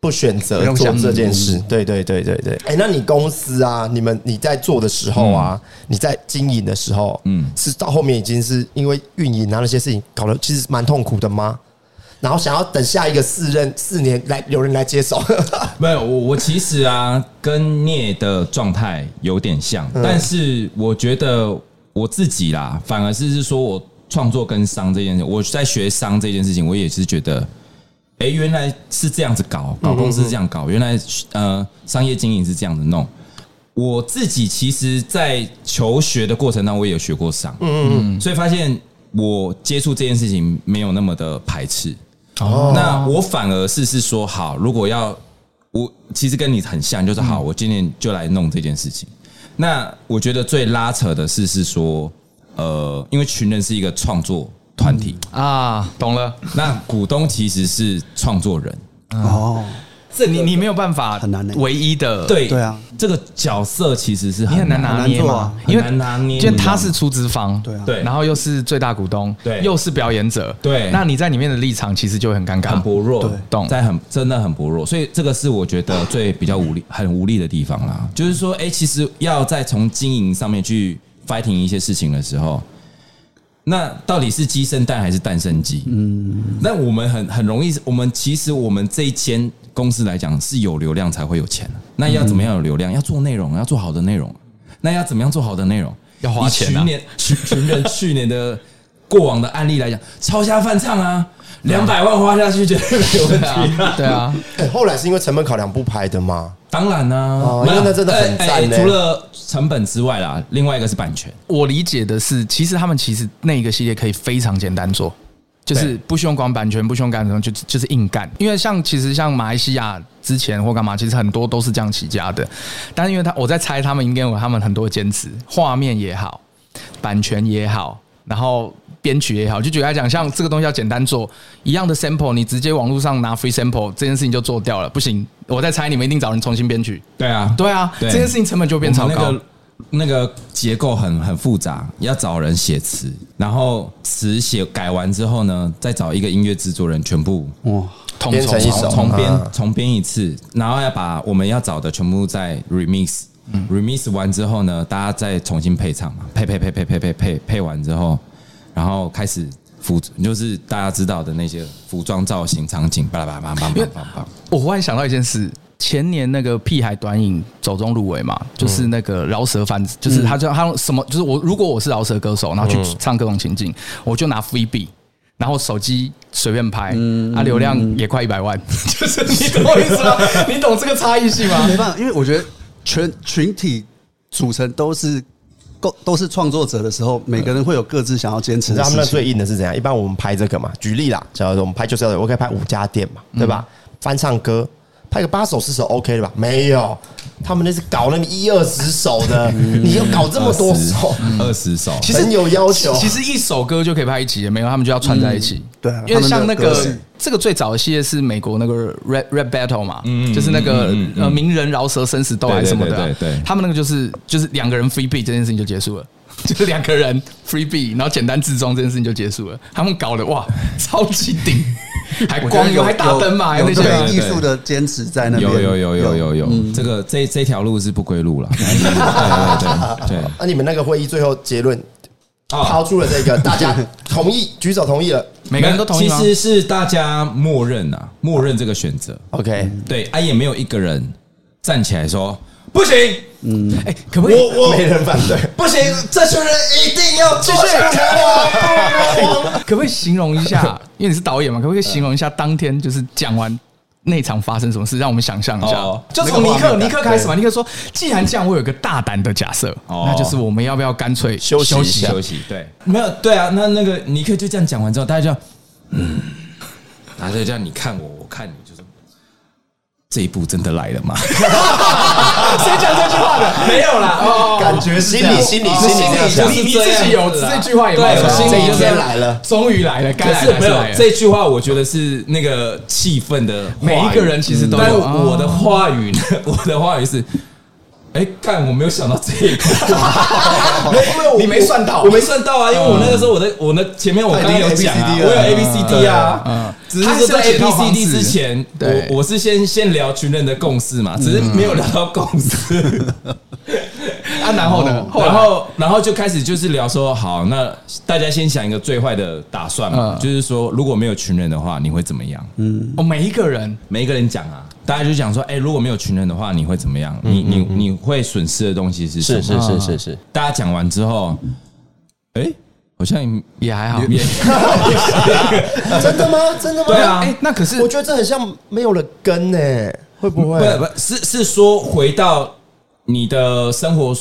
Speaker 2: 不选择
Speaker 4: 不用
Speaker 2: 做
Speaker 4: 想
Speaker 2: 这件事。对对对对对。哎，那你公司啊，你们你在做的时候啊，你在经营的时候，嗯
Speaker 5: 嗯，
Speaker 2: 是到后面已经是因为运营啊那些事情搞得其实蛮痛苦的吗？然后想要等下一个四任四年来有人来接手，
Speaker 5: 没有，我我其实啊，跟聂的状态有点像，但是我觉得我自己啦，反而是是说我创作跟商这件事，我在学商这件事情，我也是觉得，哎、原来是这样子搞，搞公司是这样搞，原来呃，商业经营是这样子弄。我自己其实，在求学的过程当中，我也有学过商，嗯嗯，所以发现我接触这件事情没有那么的排斥。哦，那我反而是是说，好，如果要我其实跟你很像，
Speaker 4: 嗯
Speaker 5: 就是好，我今天就来弄这件事情。那我觉得最拉扯的是是说，呃，因为群人是一个创作团体，
Speaker 4: 啊，懂了。
Speaker 5: 那股东其实是创作人，
Speaker 3: 哦，
Speaker 4: 这你你没有办法，
Speaker 3: 很难欸
Speaker 4: 唯一的，
Speaker 5: 对
Speaker 3: 对啊，
Speaker 5: 这个角色其实是
Speaker 4: 你很难
Speaker 5: 难
Speaker 4: 拿
Speaker 3: 很
Speaker 4: 捏
Speaker 3: 难做
Speaker 4: 嘛
Speaker 3: 啊，
Speaker 4: 因
Speaker 5: 很难拿捏
Speaker 4: 为就
Speaker 5: 你知道
Speaker 4: 他
Speaker 5: 吗
Speaker 4: 是出资方，
Speaker 3: 对啊
Speaker 5: 对
Speaker 4: 然后又是最大股东，
Speaker 5: 对
Speaker 4: 又是表演者，
Speaker 5: 对
Speaker 4: 那你在里面的立场其实就会很尴尬
Speaker 5: 很，薄弱，
Speaker 4: 懂
Speaker 5: 在很真的很薄弱，所以这个是我觉得最比较无力、很无力的地方啦。就是说，哎、其实要在从经营上面去 fighting 一些事情的时候，那到底是鸡生蛋还是蛋生鸡？嗯，那我们很很容易，我们其实我们这一间公司来讲是有流量才会有钱，那要怎么样有
Speaker 4: 嗯
Speaker 5: 流量？要做内容，要做好的内容，那要怎么样做好的内容？
Speaker 4: 要花钱啊
Speaker 5: 以群年 [laughs] 群群人去年的过往的案例来讲，超下饭唱啊，两百万花下去绝对没有问题、啊。
Speaker 4: 对啊，
Speaker 2: 哎后来是因为成本考量不拍的吗？
Speaker 5: 当然啦、
Speaker 2: 哦
Speaker 5: 没有
Speaker 2: 因为那真的很
Speaker 5: 哎
Speaker 2: 赞欸
Speaker 5: 哎
Speaker 2: 呢
Speaker 5: 除了成本之外啦，另外一个是版权。
Speaker 4: 我理解的是，其实他们其实那个系列可以非常简单做，就是
Speaker 5: 对
Speaker 4: 不需要管版权，不需要干什么，就就是硬干。因为像其实像马来西亚之前或干嘛，其实很多都是这样起家的。但是因为他我在猜，他们应该有他们很多的坚持，画面也好，版权也好，然后。编曲也好，就举例来讲，像这个东西要简单做一样的 sample，你直接网络上拿 free sample 这件事情就做掉了，不行。我在猜你们一定找人重新编曲，
Speaker 5: 对啊，
Speaker 4: 对啊，
Speaker 5: 对
Speaker 4: 这件事情成本就变超
Speaker 5: 我
Speaker 4: 高。
Speaker 5: 们那个那个结构很很复杂，要找人写词，然后词写改完之后呢，再找一个音乐制作人全部
Speaker 3: 哇，
Speaker 4: 统
Speaker 2: 编
Speaker 4: 筹
Speaker 2: 成一
Speaker 5: 重
Speaker 2: 首
Speaker 5: 重编
Speaker 2: 啊
Speaker 5: 重编一次，然后要把我们要找的全部再 remix。remix 完之后呢，大家再重新配唱嘛，配配配配配配配配完之后，然后开始服就是大家知道的那些服装造型场景，巴拉巴拉巴拉巴拉巴拉巴拉。
Speaker 4: 我忽然想到一件事，前年那个屁孩短影走中入围嘛，就是那个饶舌翻，就是他就他用什么，就是我如果我是饶舌歌手，然后去唱各种情境，我就拿 free B。然后手机随便拍，啊，流量也快一百万， [laughs] 就是你懂我意思吗？你懂这个差异性吗
Speaker 3: 没？办法，因为我觉得全群体组成都是都都是创作者的时候，每个人会有各自想要坚持
Speaker 2: 你知
Speaker 3: 的
Speaker 2: 道他们那
Speaker 3: 事情。
Speaker 2: 最硬的是怎样？一般我们拍这个嘛，举例啦，假如我们拍就是要我可以拍五家店嘛，对吧？翻唱歌拍个八首十首 OK 的吧？没有，他们那是搞那么一二十首的，你要搞这么多首，
Speaker 5: 嗯二十首，
Speaker 4: 其实
Speaker 2: 很有要求
Speaker 4: 其实一首歌就可以拍一集，也没有他们就要串在一起。
Speaker 3: 对啊
Speaker 4: 因为像那
Speaker 3: 他们的歌
Speaker 4: 个
Speaker 3: 是
Speaker 4: 这个最早的系列是美国那个 Red Red Battle 嘛，就是那个
Speaker 5: 嗯嗯嗯
Speaker 4: 呃名人饶舌生死斗还是什么的啊
Speaker 5: 对对对对对，
Speaker 4: 他们那个就是就是两个人 free b 这件事情就结束了。 [laughs] 就是两个人 free b，然后简单自装这件事情就结束了。他们搞的哇，超级
Speaker 3: [laughs]
Speaker 4: 顶，还
Speaker 3: 我觉得
Speaker 4: 光有还大灯嘛，还有那
Speaker 3: 有
Speaker 4: 些
Speaker 5: 对
Speaker 3: 对艺术的坚持在那边，
Speaker 5: 有有有有有有，这个这这条路是不归 [laughs] 路了。对对对对，
Speaker 2: 那、你们那个会议最后结论
Speaker 5: 哦
Speaker 2: 抛出了这个，大家同意，举手同意了
Speaker 4: 每个人都同意吗？
Speaker 5: 其实是大家默认啊，默认这个选择。
Speaker 2: ，OK。
Speaker 5: 对，啊，也没有一个人站起来说不行，
Speaker 4: 哎，可不可以？
Speaker 2: 我我没人反对，
Speaker 5: 不行，这群人一定要继
Speaker 4: 可不可以形容一下？ [laughs] 因为你是导演嘛，可不可以形容一下当天就是讲完那场发生什么事，让我们想象一下
Speaker 5: 哦？
Speaker 4: 就从尼
Speaker 2: 那个画
Speaker 4: 克
Speaker 2: 面感
Speaker 4: 尼克开始嘛。尼克说：“既然这样，我有一个大胆的假设，
Speaker 5: 哦
Speaker 4: 那就是我们要不要干脆
Speaker 2: 休息一下
Speaker 4: 息
Speaker 5: 休息。对，没有对啊，那那个尼克就这样讲完之后，大家就嗯，大家就这样你看我，我看你，就是 [laughs] 这一步真的来了 [laughs] 吗？
Speaker 4: 谁讲这句话
Speaker 5: [laughs]
Speaker 4: 的？没有啦，哦
Speaker 2: 感觉是心里心里
Speaker 5: 心
Speaker 2: 心里
Speaker 5: 里
Speaker 2: 这样想
Speaker 5: 是
Speaker 4: 你你
Speaker 5: 这样
Speaker 4: 自己有
Speaker 5: 子啊
Speaker 4: 这句话有没有
Speaker 5: 对我心
Speaker 2: 这
Speaker 5: 里
Speaker 2: 一
Speaker 5: 就是
Speaker 2: 天来了，
Speaker 4: 终于来了，该
Speaker 5: 可
Speaker 4: 来
Speaker 5: 是
Speaker 4: 了
Speaker 5: 没有
Speaker 4: 还是来了
Speaker 5: 这句话，我觉得是那个气氛的话语，
Speaker 4: 每一个人其实都有
Speaker 5: 但
Speaker 4: 哦
Speaker 5: [laughs] 我的话语呢，我的话语是，哎、哎、干，我没有想到这一块，
Speaker 2: 因为我
Speaker 4: 你没算到
Speaker 5: 我没算到啊，因为我那个时候我在我的前面我刚刚有讲啊，
Speaker 3: 他已
Speaker 5: 我
Speaker 3: 经 ABCD 了
Speaker 5: 有 A B C D 啊
Speaker 4: 嗯，
Speaker 5: 只是说在
Speaker 4: 他是
Speaker 5: A
Speaker 4: 有解
Speaker 5: B
Speaker 4: 套
Speaker 5: C
Speaker 4: 方
Speaker 5: D
Speaker 4: 式
Speaker 5: 之前，
Speaker 4: 对嗯
Speaker 5: 我我是先先聊群人的共识嘛，只是没有聊到共识，
Speaker 4: 啊，然后呢？
Speaker 5: 然
Speaker 4: 然后
Speaker 5: 后然后就开始就是聊说，好，那大家先想一个最坏的打算嘛，
Speaker 4: 嗯
Speaker 5: 就是说如果没有群人的话，你会怎么样？
Speaker 2: 嗯
Speaker 4: 哦，每一个人
Speaker 5: 每一个人讲啊，大家就讲说，哎、如果没有群人的话，你会怎么样？你你你会损失的东西是什么？
Speaker 2: 嗯
Speaker 5: 啊
Speaker 2: 是是是是是，
Speaker 5: 大家讲完之后，哎、好像
Speaker 4: 也还好。
Speaker 5: 也
Speaker 2: 真的吗？真的吗？
Speaker 5: 对啊
Speaker 4: 哎，那可是
Speaker 2: 我觉得这很像没有了根呢、会不会？
Speaker 5: [laughs] 不不是是说回到你的生活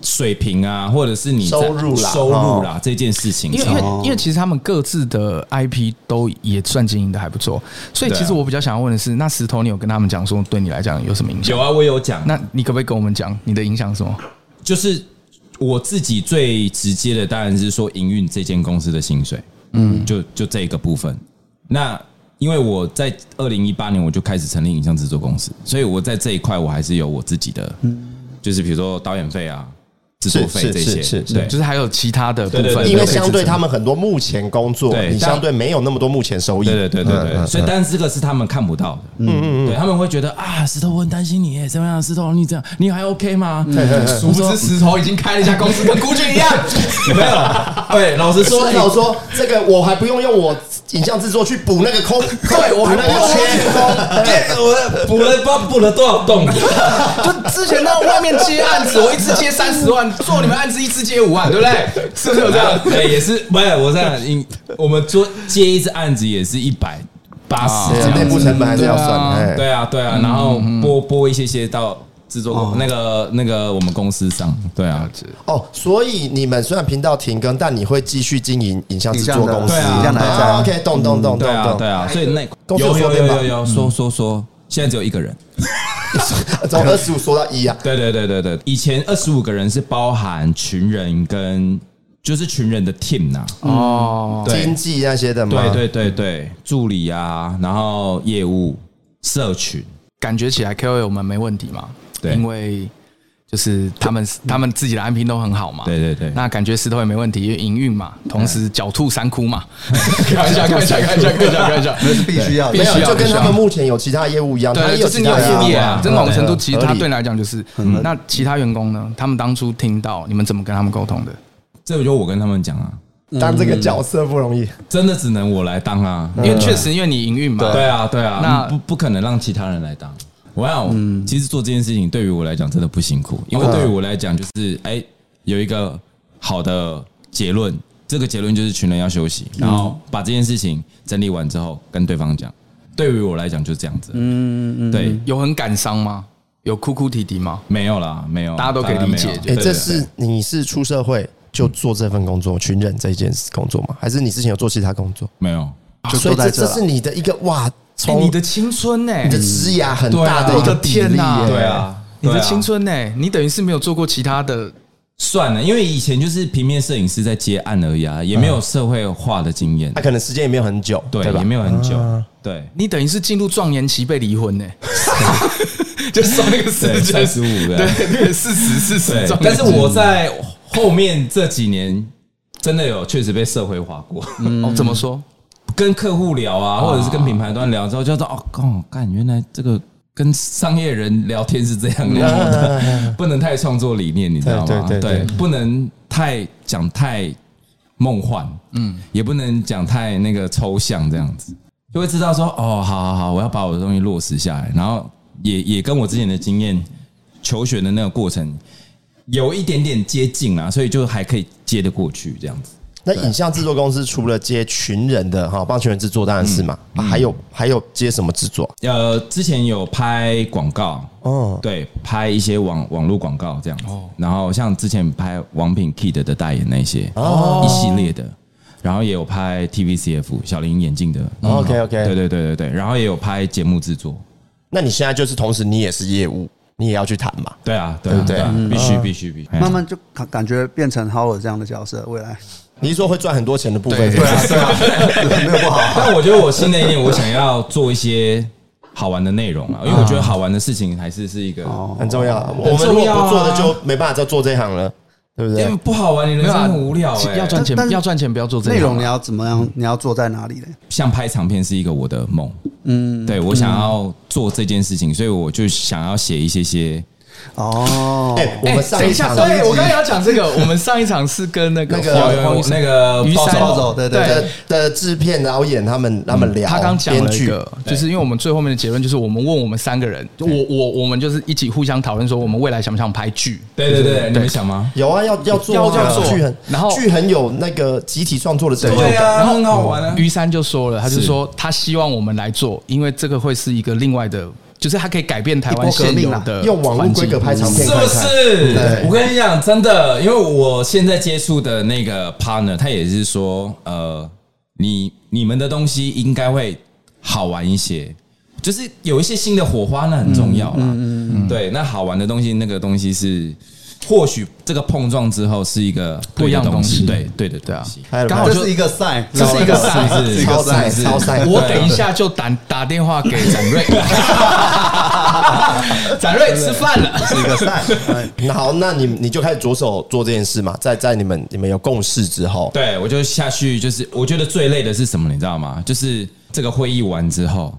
Speaker 5: 水平啊，或者是你在
Speaker 2: 收入啦
Speaker 5: 收入啦这件事情
Speaker 4: 因为
Speaker 5: 上
Speaker 4: 因，为因为其实他们各自的 IP 都也算经营的还不错，所以
Speaker 5: 对啊
Speaker 4: 其实我比较想要问的是，那石头你有跟他们讲说对你来讲有什么影响
Speaker 5: 有？啊，我有讲，
Speaker 4: 那你可不可以跟我们讲你的影响是什么？
Speaker 5: 就是我自己最直接的当然是说营运这间公司的薪水，嗯，就就这个部分。那因为我在二零一八年我就开始成立影像制作公司，所以我在这一块我还是有我自己的，就是比如说导演费啊、制作费
Speaker 2: 是
Speaker 5: 这
Speaker 2: 是
Speaker 5: 些，
Speaker 2: 嗯是是
Speaker 5: 对，
Speaker 4: 就是还有其他的部
Speaker 5: 对对
Speaker 4: 分，
Speaker 5: 对
Speaker 2: 因为相对他
Speaker 4: 们
Speaker 2: 们很多目前工作，
Speaker 5: 对
Speaker 2: 你相对没有那么多目前收益。
Speaker 5: 对对对对
Speaker 2: 嗯
Speaker 5: 对，
Speaker 2: 嗯
Speaker 5: 所以但是这个是他们看不到的，嗯嗯嗯，对他们会觉得啊，石头我很担心你耶，怎么样，石头你这样，你还 OK 吗？
Speaker 4: 殊不知石头已经开了一家公司，跟孤军一样。
Speaker 2: [laughs]
Speaker 5: 没有啦， [laughs] 对，老实说
Speaker 2: 说，老说这个，我还不用用我影像制作去补那个空， [laughs] 对
Speaker 5: 我还
Speaker 2: 那
Speaker 5: 不用
Speaker 2: 个缺空。
Speaker 5: 我补了不知道补了多少洞，
Speaker 4: [laughs] 就之前到外面接案子，我一次接三十万，做你们案子一次接五万，对不对？是不是有这样？
Speaker 5: 对，啊哎也是不是我这样，因我们做接一次案子也是一百八十
Speaker 2: 对
Speaker 5: 这
Speaker 2: 啊内
Speaker 5: 样
Speaker 2: 部
Speaker 5: 子，
Speaker 2: 成本还是要算的。哎
Speaker 5: 对啊对啊，然后播播一些些到制作公那个那个我们公司上，对啊，
Speaker 2: 哦，所以你们虽然频道停更，但你会继续经营影像制作公司。
Speaker 5: 对啊
Speaker 3: 一样的还在
Speaker 2: 啊
Speaker 3: 啊。
Speaker 2: OK，懂懂
Speaker 4: 嗯
Speaker 2: 懂
Speaker 5: 对
Speaker 2: 懂
Speaker 5: 啊
Speaker 2: 懂。
Speaker 5: 对啊，所以那
Speaker 2: 公司有
Speaker 5: 有有
Speaker 2: 说
Speaker 5: 有
Speaker 2: 变吧
Speaker 5: 有有说说说，现在只有一个人。
Speaker 2: 从二十五说到一啊，
Speaker 5: 对对对对对，以前二十五个人是包含群人跟就是群人的 team 呐、
Speaker 4: 哦，
Speaker 2: 经
Speaker 5: 对
Speaker 2: 济那些的嘛。
Speaker 5: 对对对对，助理啊，然后业务、社群，
Speaker 4: 感觉起来 KOL 们没问题嘛？
Speaker 5: 对
Speaker 4: 因为就是他们他们自己的安评都很好嘛。
Speaker 5: 对对对
Speaker 4: 那感觉石头也没问题，因为营运嘛，同时狡兔三窟嘛。开玩笑，开玩笑，开玩笑，开玩笑，开玩笑。
Speaker 3: 那是必须要的
Speaker 4: 必
Speaker 2: 没
Speaker 4: 须
Speaker 2: 有，
Speaker 4: 要
Speaker 2: 就跟
Speaker 4: 必须
Speaker 2: 他
Speaker 4: 要
Speaker 2: 们目前有其他业务一样，他
Speaker 4: 对，
Speaker 2: 也
Speaker 4: 就是
Speaker 2: 其
Speaker 4: 你有
Speaker 2: 他业
Speaker 4: 副
Speaker 2: 务
Speaker 4: 业
Speaker 2: 啊
Speaker 4: 啊，这某种程度其实他对你
Speaker 2: 合理
Speaker 4: 来讲就是，那其他员工呢？他们当初听到你们怎么跟他们沟通的？
Speaker 5: 这就我跟他们讲啊，
Speaker 2: 当
Speaker 4: 嗯
Speaker 2: 这个角色不容易。
Speaker 5: 真的只能我来当啊，
Speaker 4: 因为确实，因为你营运嘛，
Speaker 5: 对啊对啊，
Speaker 4: 那
Speaker 5: 那不不可能让其他人来当。嗯我要，其实做这件事情对于我来讲真的不辛苦，因为对于我来讲就是，哎，有一个好的结论，这个结论就是群人要休息，然后把这件事情整理完之后跟对方讲。对于我来讲就是这样子，嗯嗯，对，
Speaker 4: 有很感伤吗？有哭哭啼啼吗？
Speaker 5: 没有啦，没有，
Speaker 4: 大家都可以
Speaker 5: 当然
Speaker 4: 理解
Speaker 5: 没有
Speaker 2: 哎，
Speaker 5: 对
Speaker 2: 这
Speaker 5: 对
Speaker 2: 是你是出社会就做这份工作，群人这一件事工作吗？还是你之前有做其他工作？
Speaker 5: 没有，
Speaker 3: 就
Speaker 2: 所以
Speaker 3: 坐
Speaker 2: 这
Speaker 3: 在啊
Speaker 2: 这
Speaker 3: 这了
Speaker 2: 是你的一个哇，
Speaker 4: 哎
Speaker 2: 从
Speaker 4: 你的青春呢？
Speaker 2: 你的枝芽很
Speaker 5: 对
Speaker 2: 大
Speaker 5: 啊
Speaker 2: 的一
Speaker 4: 我
Speaker 2: 个
Speaker 4: 的天
Speaker 2: 呐、
Speaker 4: 哪
Speaker 5: 对啊，
Speaker 4: 你的
Speaker 5: 对啊
Speaker 4: 青春呢、你等于是没有做过其他的，
Speaker 5: 算了，因为以前就是平面摄影师在接案而已啊，也没有社会化的经验
Speaker 2: 他、，可能时间也没有很久，对
Speaker 5: 对，
Speaker 2: 吧？
Speaker 5: 也没有很久，对。
Speaker 4: 你等于是进入壮年期被离婚呢、就算那个时
Speaker 5: [laughs] 对
Speaker 4: 间
Speaker 5: 35对
Speaker 4: 对对，四十四
Speaker 5: 对
Speaker 4: 十。壮年期
Speaker 5: 但是我在后面这几年真的有确实被社会化过， [laughs]
Speaker 4: 哦怎么说？
Speaker 5: 跟客户聊啊，或者是跟品牌端聊之后，就知道哦，干干，原来这个跟商业人聊天是这
Speaker 2: 嗯
Speaker 5: 样聊的，不能太创作理念，你知道吗？
Speaker 2: 对对对对
Speaker 5: 不能太讲太梦幻，嗯，也不能讲太那个抽象，这样子就会知道说哦，好好好，我要把我的东西落实下来，然后也也跟我之前的经验求学的那个过程。有一点点接近啊，所以就还可以接得过去这样子。
Speaker 2: [laughs] 那影像制作公司除了接群人的哈，帮群人制作当然是嘛，啊还有还有接什么制作？
Speaker 5: 呃，之前有拍广告，
Speaker 2: 哦，
Speaker 5: 对，拍一些网网络广告这样子。然后像之前拍王品 Kid 的代言那些，一系列的。然后也有拍 TVCF 小林眼镜的。
Speaker 2: 哦 OK，OK
Speaker 5: 嗯对对对对对。然后也有拍节目制作。
Speaker 2: 那你现在就是同时你也是业务，你也要去谈嘛？
Speaker 5: 对啊，对啊
Speaker 2: 对不对
Speaker 5: 对啊，必须必须必须。
Speaker 3: 嗯慢慢就感感觉变成 Howard 这样的角色，未来
Speaker 2: 你是说会赚很多钱的部分？
Speaker 4: 对
Speaker 2: 啊，
Speaker 3: 对啊，没有不好。
Speaker 5: 但我觉得我新的一年，我想要做一些好玩的内容啊，因为我觉得好玩的事情还是是一个，
Speaker 2: 很重要。哦我们如
Speaker 5: 很重
Speaker 2: 果
Speaker 5: 要啊
Speaker 2: 不做的，就没办法再做这一行了，对不
Speaker 5: 因为
Speaker 2: 对？
Speaker 5: 不好玩，你人生很无聊。
Speaker 4: 要
Speaker 5: 哎，
Speaker 4: 赚钱
Speaker 3: 但但
Speaker 4: 要赚钱，不要做这
Speaker 3: 内
Speaker 4: 一行
Speaker 3: 容
Speaker 4: 啊
Speaker 3: 你要怎么样？你要做在哪里嘞？
Speaker 5: 像拍长片是一个我的梦，嗯，对我想要做这件事情，所以我就想要写一些些
Speaker 3: 哦，
Speaker 2: 哎，我
Speaker 4: 哎
Speaker 2: 们上
Speaker 4: 等一
Speaker 2: 场
Speaker 4: 下，对我刚才要讲这个，我们上一场是跟那个
Speaker 2: 那个
Speaker 5: 有
Speaker 4: 黄
Speaker 5: 有
Speaker 4: 黄
Speaker 5: 有
Speaker 4: 医生
Speaker 5: 那个
Speaker 4: 雨伞
Speaker 5: 暴
Speaker 3: 暴
Speaker 5: 走
Speaker 3: 走，对对
Speaker 2: 的
Speaker 3: 对，
Speaker 2: 的制片导演他们他们聊，
Speaker 4: 他刚讲
Speaker 2: 编
Speaker 4: 了一
Speaker 2: 剧
Speaker 4: 个，就是因为我们最后面的结论就是，我们问我们三个人，我我我们就是一起互相讨论说，我们未来想不想拍剧？
Speaker 5: 对对对，你们想吗？
Speaker 2: 有啊，要要做
Speaker 4: 要
Speaker 2: 啊，
Speaker 4: 要做
Speaker 2: 剧很，
Speaker 4: 然后
Speaker 2: 剧很有那个集体创作的成就感。
Speaker 5: 啊，很好玩啊。
Speaker 4: 于山就说了，他就说他希望我们来做，因为这个会是一个另外的，就是他可以改变台湾
Speaker 3: 一波革
Speaker 4: 现有
Speaker 3: 命啊
Speaker 4: 的
Speaker 2: 用网络
Speaker 4: 环
Speaker 2: 规
Speaker 4: 境
Speaker 2: 格拍长片
Speaker 5: 是
Speaker 2: 看
Speaker 5: 不
Speaker 2: 看，
Speaker 5: 是
Speaker 2: 对？
Speaker 5: 我跟你讲，真的，因为我现在接触的那个 partner，他也是说，呃，你你们的东西应该会好玩一些，就是有一些新的火花，那很重
Speaker 2: 嗯
Speaker 5: 要啦。对，那好玩的东西，那个东西是。或许这个碰撞之后是一个
Speaker 4: 不一样的东西
Speaker 5: 对对的，
Speaker 4: 对啊
Speaker 2: 拍了吧
Speaker 4: 刚好
Speaker 3: 这
Speaker 4: 就是
Speaker 3: 一个赛，
Speaker 4: 这是一个赛
Speaker 5: 是不是
Speaker 2: 超赛
Speaker 5: 是不是
Speaker 2: 超赛
Speaker 4: 我等一下就打打
Speaker 2: [laughs]
Speaker 4: 电话给展瑞，展瑞吃
Speaker 2: [laughs]
Speaker 4: 饭了。
Speaker 3: 是一个赛。哎
Speaker 2: 那好，那你你就开始着手做这件事嘛，在在你们你们有共识之后，
Speaker 5: 对，我就下去，就是我觉得最累的是什么，你知道吗？就是这个会议完之后，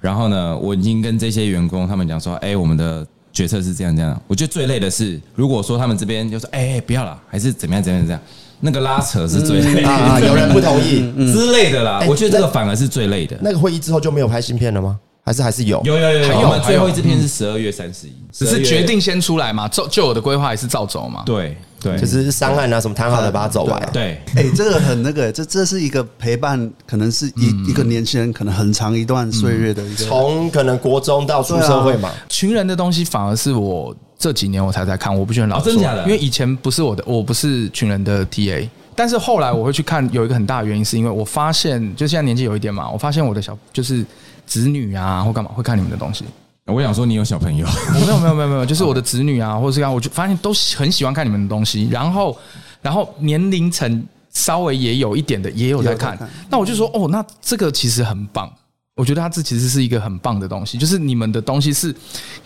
Speaker 5: 然后呢，我已经跟这些员工他们讲说，哎、我们的决策是这样这样。我觉得最累的是，如果说他们这边就说，哎、不要啦，还是怎么样怎么样怎么样，那个拉扯是最累的、
Speaker 2: 啊， [laughs] 有人不同意，
Speaker 5: 之类的啦。
Speaker 2: 哎
Speaker 5: 我觉得这个反而是最累的。
Speaker 2: 那个会议之后就没有拍新片了吗？还是还是有？
Speaker 5: 有有有
Speaker 4: 还有
Speaker 5: 有，我们
Speaker 4: 还
Speaker 5: 最
Speaker 4: 有
Speaker 5: 后一支片是十二月三十一，
Speaker 4: 只是决定先出来嘛，照就我的规划也是照走嘛。
Speaker 5: 对对，
Speaker 2: 就是商案啊什么谈好的把它走完，
Speaker 5: 对。
Speaker 3: 哎、这个很那个，这这是一个陪伴，可能
Speaker 5: 嗯
Speaker 3: 是一、一个年轻人可能很长一段岁月的一个。
Speaker 2: 从可能国中到出社会嘛，
Speaker 4: 群人的东西反而是我这几年我才在看，我不觉得老
Speaker 5: 哦
Speaker 4: 说、
Speaker 5: 真的假的
Speaker 4: 因为以前不是我的，我不是群人的 TA。但是后来我会去看，有一个很大的原因是因为我发现，就现在年纪有一点嘛，我发现我的小就是子女啊或干嘛会看你们的东西。
Speaker 5: 我想说，你有小朋友，
Speaker 4: 我没有没有没有没有，就是我的子女啊，或者是这样，我就发现都很喜欢看你们的东西，然后然后年龄层稍微也有一点的也有在看
Speaker 3: 也有在看，
Speaker 4: 那我就说哦，那这个其实很棒，我觉得它这其实是一个很棒的东西，就是你们的东西是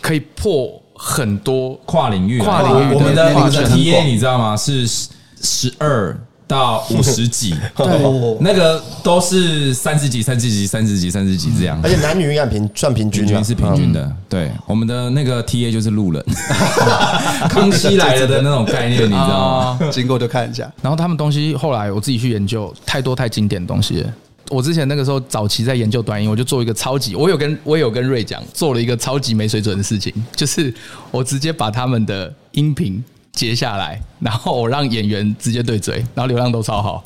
Speaker 4: 可以破很多
Speaker 5: 跨领域啊，
Speaker 4: 跨领域
Speaker 5: 我
Speaker 4: 对
Speaker 5: 们的
Speaker 4: 跨
Speaker 5: 我们的
Speaker 4: 圈
Speaker 5: TA 你知道吗？是十二到五十几，
Speaker 2: 啊哦嗯
Speaker 3: 对
Speaker 5: 那个都是三十几、三十几、三十几、三十几这样
Speaker 2: 而。且男女应该平算哎平均
Speaker 5: 平
Speaker 2: 啊
Speaker 5: 均是平均的，对，我们的那个 T A 就是路人， [laughs] 康熙来了的那种概念，你知道吗？
Speaker 4: 啊
Speaker 3: 经过就看一下，
Speaker 4: 然后他们东西后来我自己去研究，太多太经典的东西了。我之前那个时候早期在研究短音，我就做一个超级，我有跟我有跟瑞讲，做了一个超级没水准的事情，就是我直接把他们的音频截下来，然后我让演员直接对嘴，然后流量都超好。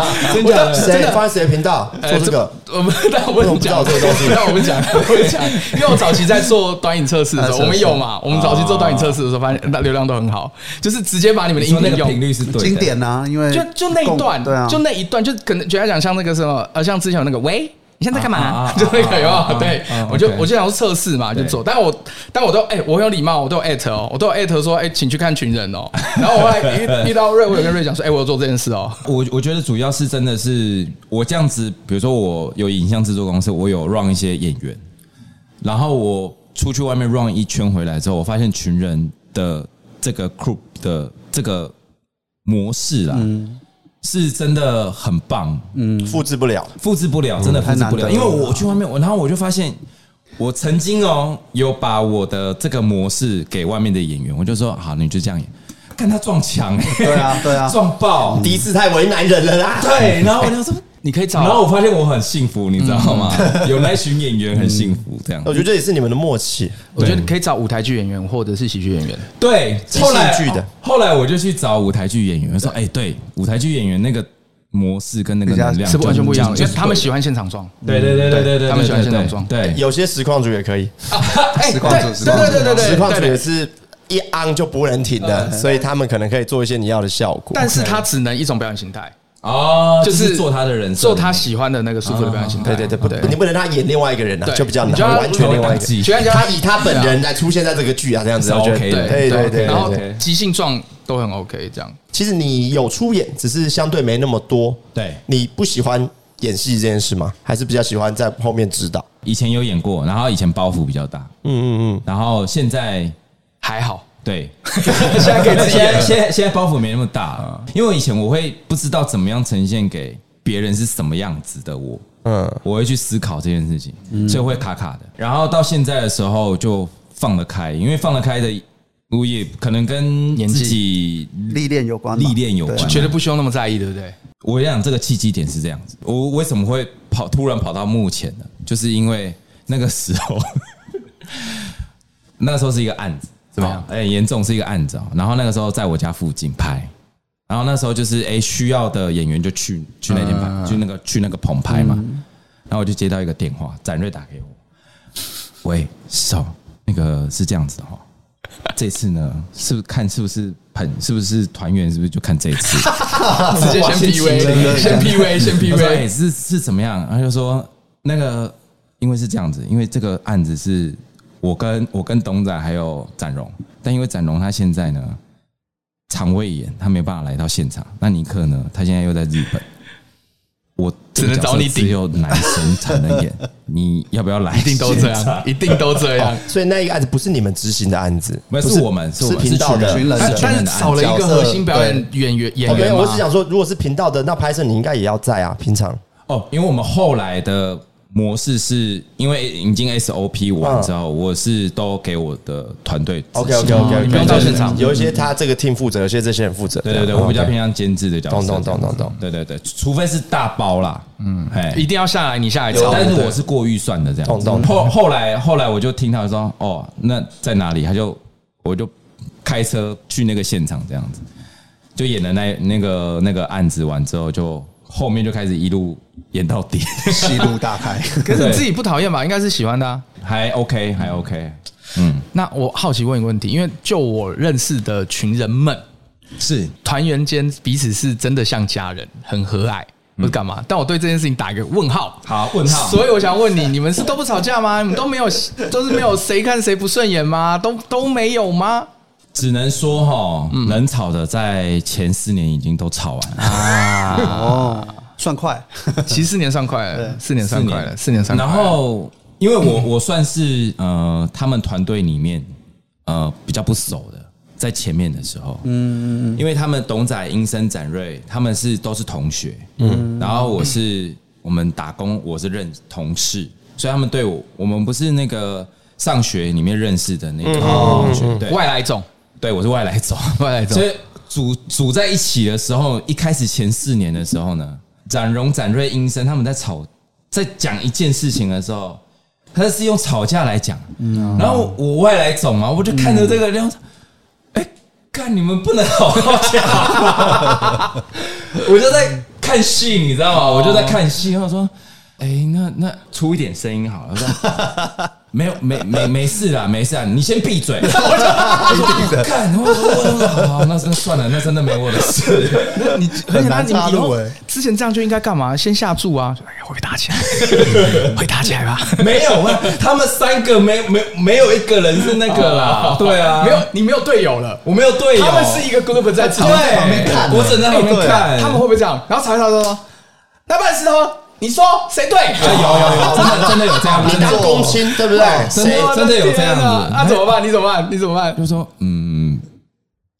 Speaker 2: [laughs]
Speaker 4: [laughs]
Speaker 2: 真的谁放在谁的频道做这个？
Speaker 4: 呃，我们 [laughs] 但我
Speaker 2: 我
Speaker 4: 们
Speaker 2: 不知
Speaker 4: 讲
Speaker 2: 道这个
Speaker 4: [laughs]
Speaker 2: 东西
Speaker 4: 但我们讲，我们
Speaker 5: [laughs]
Speaker 4: 讲，因为我早期在做短影测试的时候，
Speaker 3: 啊
Speaker 4: 我们有嘛，我们早期做短影测试的时候，发现那流量都很好，就是直接把你们的
Speaker 5: 你
Speaker 4: 音
Speaker 5: 说那
Speaker 4: 频
Speaker 5: 个
Speaker 4: 用
Speaker 5: 频率是对的，
Speaker 3: 经典啊，因为
Speaker 4: 就就那一段，
Speaker 3: 共对啊，
Speaker 4: 就那一段，就可能就要讲像那个什么，呃，像之前有那个喂。你现在在干嘛、
Speaker 5: 啊啊啊
Speaker 4: [laughs] 就那个有
Speaker 5: 啊
Speaker 4: 没有？
Speaker 5: 啊啊
Speaker 4: 对
Speaker 5: 啊，
Speaker 4: 我就
Speaker 5: OK
Speaker 4: 我就想要测试嘛，就
Speaker 5: 对
Speaker 4: 做。但我但我都哎、我很有礼貌，我都有艾特哦，我都有艾特说哎、请去看群人哦。然后我后
Speaker 5: [laughs]
Speaker 4: 来遇遇到瑞，我有跟瑞讲说，哎、我有做这件事哦。
Speaker 5: 我我觉得主要是真的是我这样子，比如说我有影像制作公司，我有 run 一些演员，然后我出去外面 run 一圈回来之后，我发现群人的这个 group 的这个模式啦，
Speaker 3: 嗯
Speaker 5: 是真的很棒，
Speaker 4: 嗯
Speaker 2: 复制不了，
Speaker 5: 复制不了，真的复制不
Speaker 3: 嗯太难得
Speaker 5: 了，
Speaker 3: 了
Speaker 5: 因为我去外面，我然后我就发现。我曾经哦，有把我的这个模式给外面的演员，我就说好，你就这样演，看他撞墙、欸，
Speaker 3: 对啊对啊
Speaker 5: [laughs] 撞爆，
Speaker 2: 第一次太为难人了
Speaker 4: [laughs]
Speaker 2: 啦。
Speaker 5: [laughs] 对，然后我就说，
Speaker 4: 你可以找，
Speaker 5: 然后我发现我很幸福，你知道吗？
Speaker 4: 嗯
Speaker 5: [laughs] 有那群演员很幸福，这样
Speaker 4: 哦
Speaker 2: 我。觉得这也是你们的默契，
Speaker 4: 我觉得你可以找舞台剧演员或者是喜剧演员，
Speaker 5: 对，
Speaker 2: 即
Speaker 5: 后来
Speaker 2: 兴剧的
Speaker 5: 后来我就去找舞台剧演员，我说：“哎，对，舞台剧演员那个模式跟那个
Speaker 3: 比较
Speaker 5: 能量
Speaker 4: 是不完全不一样的，
Speaker 5: 就
Speaker 4: 因
Speaker 5: 是
Speaker 4: 为他们喜欢现场撞。
Speaker 5: 对对对对对对，
Speaker 4: 他们喜欢
Speaker 5: 对
Speaker 4: 现场装
Speaker 5: 对，
Speaker 2: 有些实况组也可以，
Speaker 4: 哎
Speaker 3: 实况组
Speaker 4: 对
Speaker 3: 实况组
Speaker 4: 对对对对
Speaker 2: 实况组
Speaker 4: 对
Speaker 2: 也是一昂就不能停的，所以他们可能可以做一些你要的效果。
Speaker 4: 但是他只能一种表演形态，
Speaker 5: 哦，就
Speaker 4: 就是
Speaker 5: 是做他的人设，
Speaker 4: 做他喜欢的那个舒服的表演形态。
Speaker 2: 对对对，不，你不能让他演另外一个人啊，
Speaker 4: 对
Speaker 2: 就比较
Speaker 4: 你就要
Speaker 2: 难，嗯完全另外一
Speaker 5: 自
Speaker 2: 个。
Speaker 5: 己
Speaker 4: 学员家
Speaker 2: 他以他本人来出现在这个剧啊，这样子
Speaker 5: 是
Speaker 2: 我觉得
Speaker 5: OK 的
Speaker 2: 对对对
Speaker 4: 然后
Speaker 2: 对对。
Speaker 5: 对
Speaker 4: 即兴撞都很 OK，这样
Speaker 2: 其实你有出演，只是相对没那么多。
Speaker 5: 对
Speaker 2: 你不喜欢演戏这件事吗？还是比较喜欢在后面指导？
Speaker 5: 以前有演过，然后以前包袱比较大，
Speaker 2: 嗯嗯
Speaker 5: 然后现在
Speaker 4: 还好，
Speaker 5: 对，现
Speaker 4: [laughs]
Speaker 5: 在可以自己，现在现在现在包袱没那么大了，
Speaker 4: 嗯
Speaker 5: 因为以前我会不知道怎么样呈现给别人是什么样子的我，
Speaker 2: 嗯
Speaker 5: 我会去思考这件事情，
Speaker 4: 嗯
Speaker 5: 所以会卡卡的。然后到现在的时候就放得开，因为放得开的，我也可能跟
Speaker 4: 年纪
Speaker 5: 自己
Speaker 3: 历练有关吧，
Speaker 5: 历练有关啊
Speaker 3: 对
Speaker 4: 觉得不需要那么在意，对不对？
Speaker 5: 我想这个契机点是这样子，我为什么会跑突然跑到幕前呢？就是因为那个时候， [laughs] 那个时候是一个案子，
Speaker 4: 怎么样
Speaker 5: 哎，严重是一个案子哦。然后那个时候在我家附近拍，然后那时候就是哎、需要的演员就去去那天拍，去那个去那个棚拍嘛。然后我就接到一个电话，展瑞打给我，喂，少那个是这样子的哦。这次呢，是不是看是不是很是不是团员是不是就看这一次？
Speaker 4: 直接先 P V，先 P V，先 P
Speaker 5: 我说哎
Speaker 4: V，
Speaker 5: 是是怎么样？他就说那个，因为是这样子，因为这个案子是我跟我跟董仔还有展荣，但因为展荣他现在呢肠胃炎，他没办法来到现场。那尼克呢，他现在又在日本，我这
Speaker 4: 只
Speaker 5: 个
Speaker 4: 能找
Speaker 5: 角色
Speaker 4: 你顶
Speaker 5: 只有男生才能演，你要不要来？
Speaker 4: 一
Speaker 2: 哎
Speaker 4: 定都
Speaker 2: [laughs]
Speaker 4: 这样，一定都这样
Speaker 2: 嗯，。所以那一个案子不是你们执行的案子，
Speaker 5: 没有
Speaker 2: 不
Speaker 5: 是我们是我们
Speaker 2: 频道的
Speaker 3: 是群人
Speaker 4: 但
Speaker 5: 是
Speaker 4: 但少了一个核心表演演员演
Speaker 2: 哦没
Speaker 4: 员
Speaker 2: 有，
Speaker 4: 嘛
Speaker 2: 我只想说，如果是频道的，那拍摄你应该也要在啊。平常
Speaker 5: 哦，因为我们后来的模式是因为已经 SOP 完之后，我是都给我的团队执行哦
Speaker 2: OK OK OK，
Speaker 4: 你不用到现场
Speaker 2: 有一些他这个 team 负责，有些这些人负责。
Speaker 5: 对对对，
Speaker 2: 这样
Speaker 5: 我比较
Speaker 2: OK
Speaker 5: 偏向监制的角色。
Speaker 2: 懂懂懂懂懂。
Speaker 5: 对对对，除非是大包啦，嗯，哎
Speaker 4: 一，定要下来，你下来
Speaker 5: 有
Speaker 4: 找。
Speaker 5: 但是我是过预算的这样子。
Speaker 2: 懂懂
Speaker 5: 后后来后来我就听他说，哦，那在哪里？他就我就开车去那个现场这样子，就演了那那个那个案子完之后，就后面就开始一路演到底，
Speaker 3: 戏路大开。
Speaker 4: 可是你自己不讨厌吧？应该是喜欢的、啊。
Speaker 5: 还 OK 还 OK，
Speaker 4: 那我好奇问一个问题，因为就我认识的群人们，
Speaker 5: 是
Speaker 4: 团员间彼此是真的像家人，很和蔼，不是干嘛？但我对这件事情打一个问号。
Speaker 5: 好问号。
Speaker 4: 嗯 [laughs] 所以我想问你，你们是都不吵架吗？你们都没有，都是没有谁看谁不顺眼吗？都都没有吗？
Speaker 5: 只能说哈，
Speaker 4: 嗯
Speaker 5: 能吵的在前四年已经都吵完
Speaker 4: 啊
Speaker 5: 了，
Speaker 3: 哦，算快，
Speaker 4: 其实四年算快了，
Speaker 3: 对
Speaker 4: 四年算快了，四年算快
Speaker 5: 然
Speaker 4: 了。嗯
Speaker 5: 后，因为我我算是呃，他们团队里面呃比较不熟的，在前面的时候，嗯，因为他们董仔、英生、展瑞，他们是都是同学，嗯，然后我是我们打工，我是认同事，所以他们对我，我们不是那个上学里面认识的那
Speaker 4: 嗯
Speaker 5: 个同学，对，
Speaker 4: 外来种，
Speaker 5: 对我是外来种，
Speaker 4: 外来种
Speaker 5: 所以组组在一起的时候，一开始前四年的时候呢，展荣、展瑞、英生他们在吵，在讲一件事情的时候，他是用吵架来讲。然后我外来种嘛，我就看着这个，然后哎，看你们不能好好讲话，我就在看戏，你知道吗？我就在看戏，然后说。哎、那那出一点声音好了，我说没有没没没事啦，没事啦，你先闭
Speaker 4: [laughs]
Speaker 5: 嘴。 [laughs] 干，我我我好好，那那算了，那真的没我的事。
Speaker 4: 那你而且那
Speaker 2: 难
Speaker 4: 你们
Speaker 2: 插
Speaker 4: 以后
Speaker 2: 入欸
Speaker 4: 之前这样就应该干嘛？先下注啊！哎呀，会不会打 [laughs] 起来？会打起来 [laughs] 吧？
Speaker 5: [laughs] 没有啊，他们三个没没没有一个人是那个啦，对啊，
Speaker 4: 没有，你没有队友了，
Speaker 5: 我没有队友，
Speaker 4: 哦他们是一个 group 在吵，
Speaker 5: 对
Speaker 4: 旁边看哎
Speaker 5: 我只能在旁边
Speaker 4: 对啊
Speaker 5: 看
Speaker 4: 他们会不会这样？然后吵一吵说，那半石头，你说谁对？
Speaker 5: 有有有，真的真的有这样，
Speaker 2: 你当公亲对不对？
Speaker 5: 真的
Speaker 2: 谁
Speaker 5: 真的有这样子
Speaker 4: 天哪那啊怎么办？你怎么办？你怎么 [laughs] 办？
Speaker 5: 就说嗯。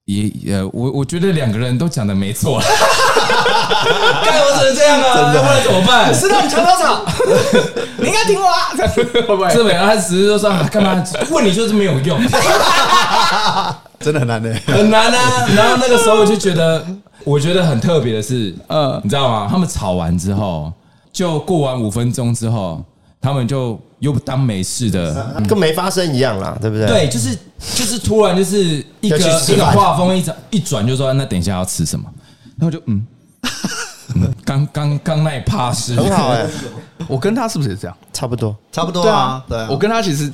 Speaker 5: 也呃，我我觉得两个人都讲的没错， [laughs] 干我只能这样啊，要不然怎么办？
Speaker 4: 石头，你墙头草，你应该听我啊！这样子会不 [laughs] 会？
Speaker 5: [laughs] 这没有，他只是就说啊干嘛问你就是没有
Speaker 2: [laughs]
Speaker 5: 用，
Speaker 3: 真的很难的。
Speaker 5: 很难啊。然后那个时候我就觉得，我觉得很特别的是，
Speaker 4: 嗯
Speaker 5: 嗯，你知道吗？他们吵完之后，就过完五分钟之后，他们就又当没事的。
Speaker 2: 跟没发生一样啦，对不对？
Speaker 5: 对，就是就是突然就是一个
Speaker 2: 要去吃
Speaker 5: 一个
Speaker 2: 饭
Speaker 5: 画风一转一转就说，那等一下要吃什么？然后我就嗯。嗯刚刚刚那一趴是
Speaker 2: 很好哎，
Speaker 4: 我跟他是不是也这样？
Speaker 2: 差不多。
Speaker 3: 差不多啊，对啊，
Speaker 4: 我跟他其实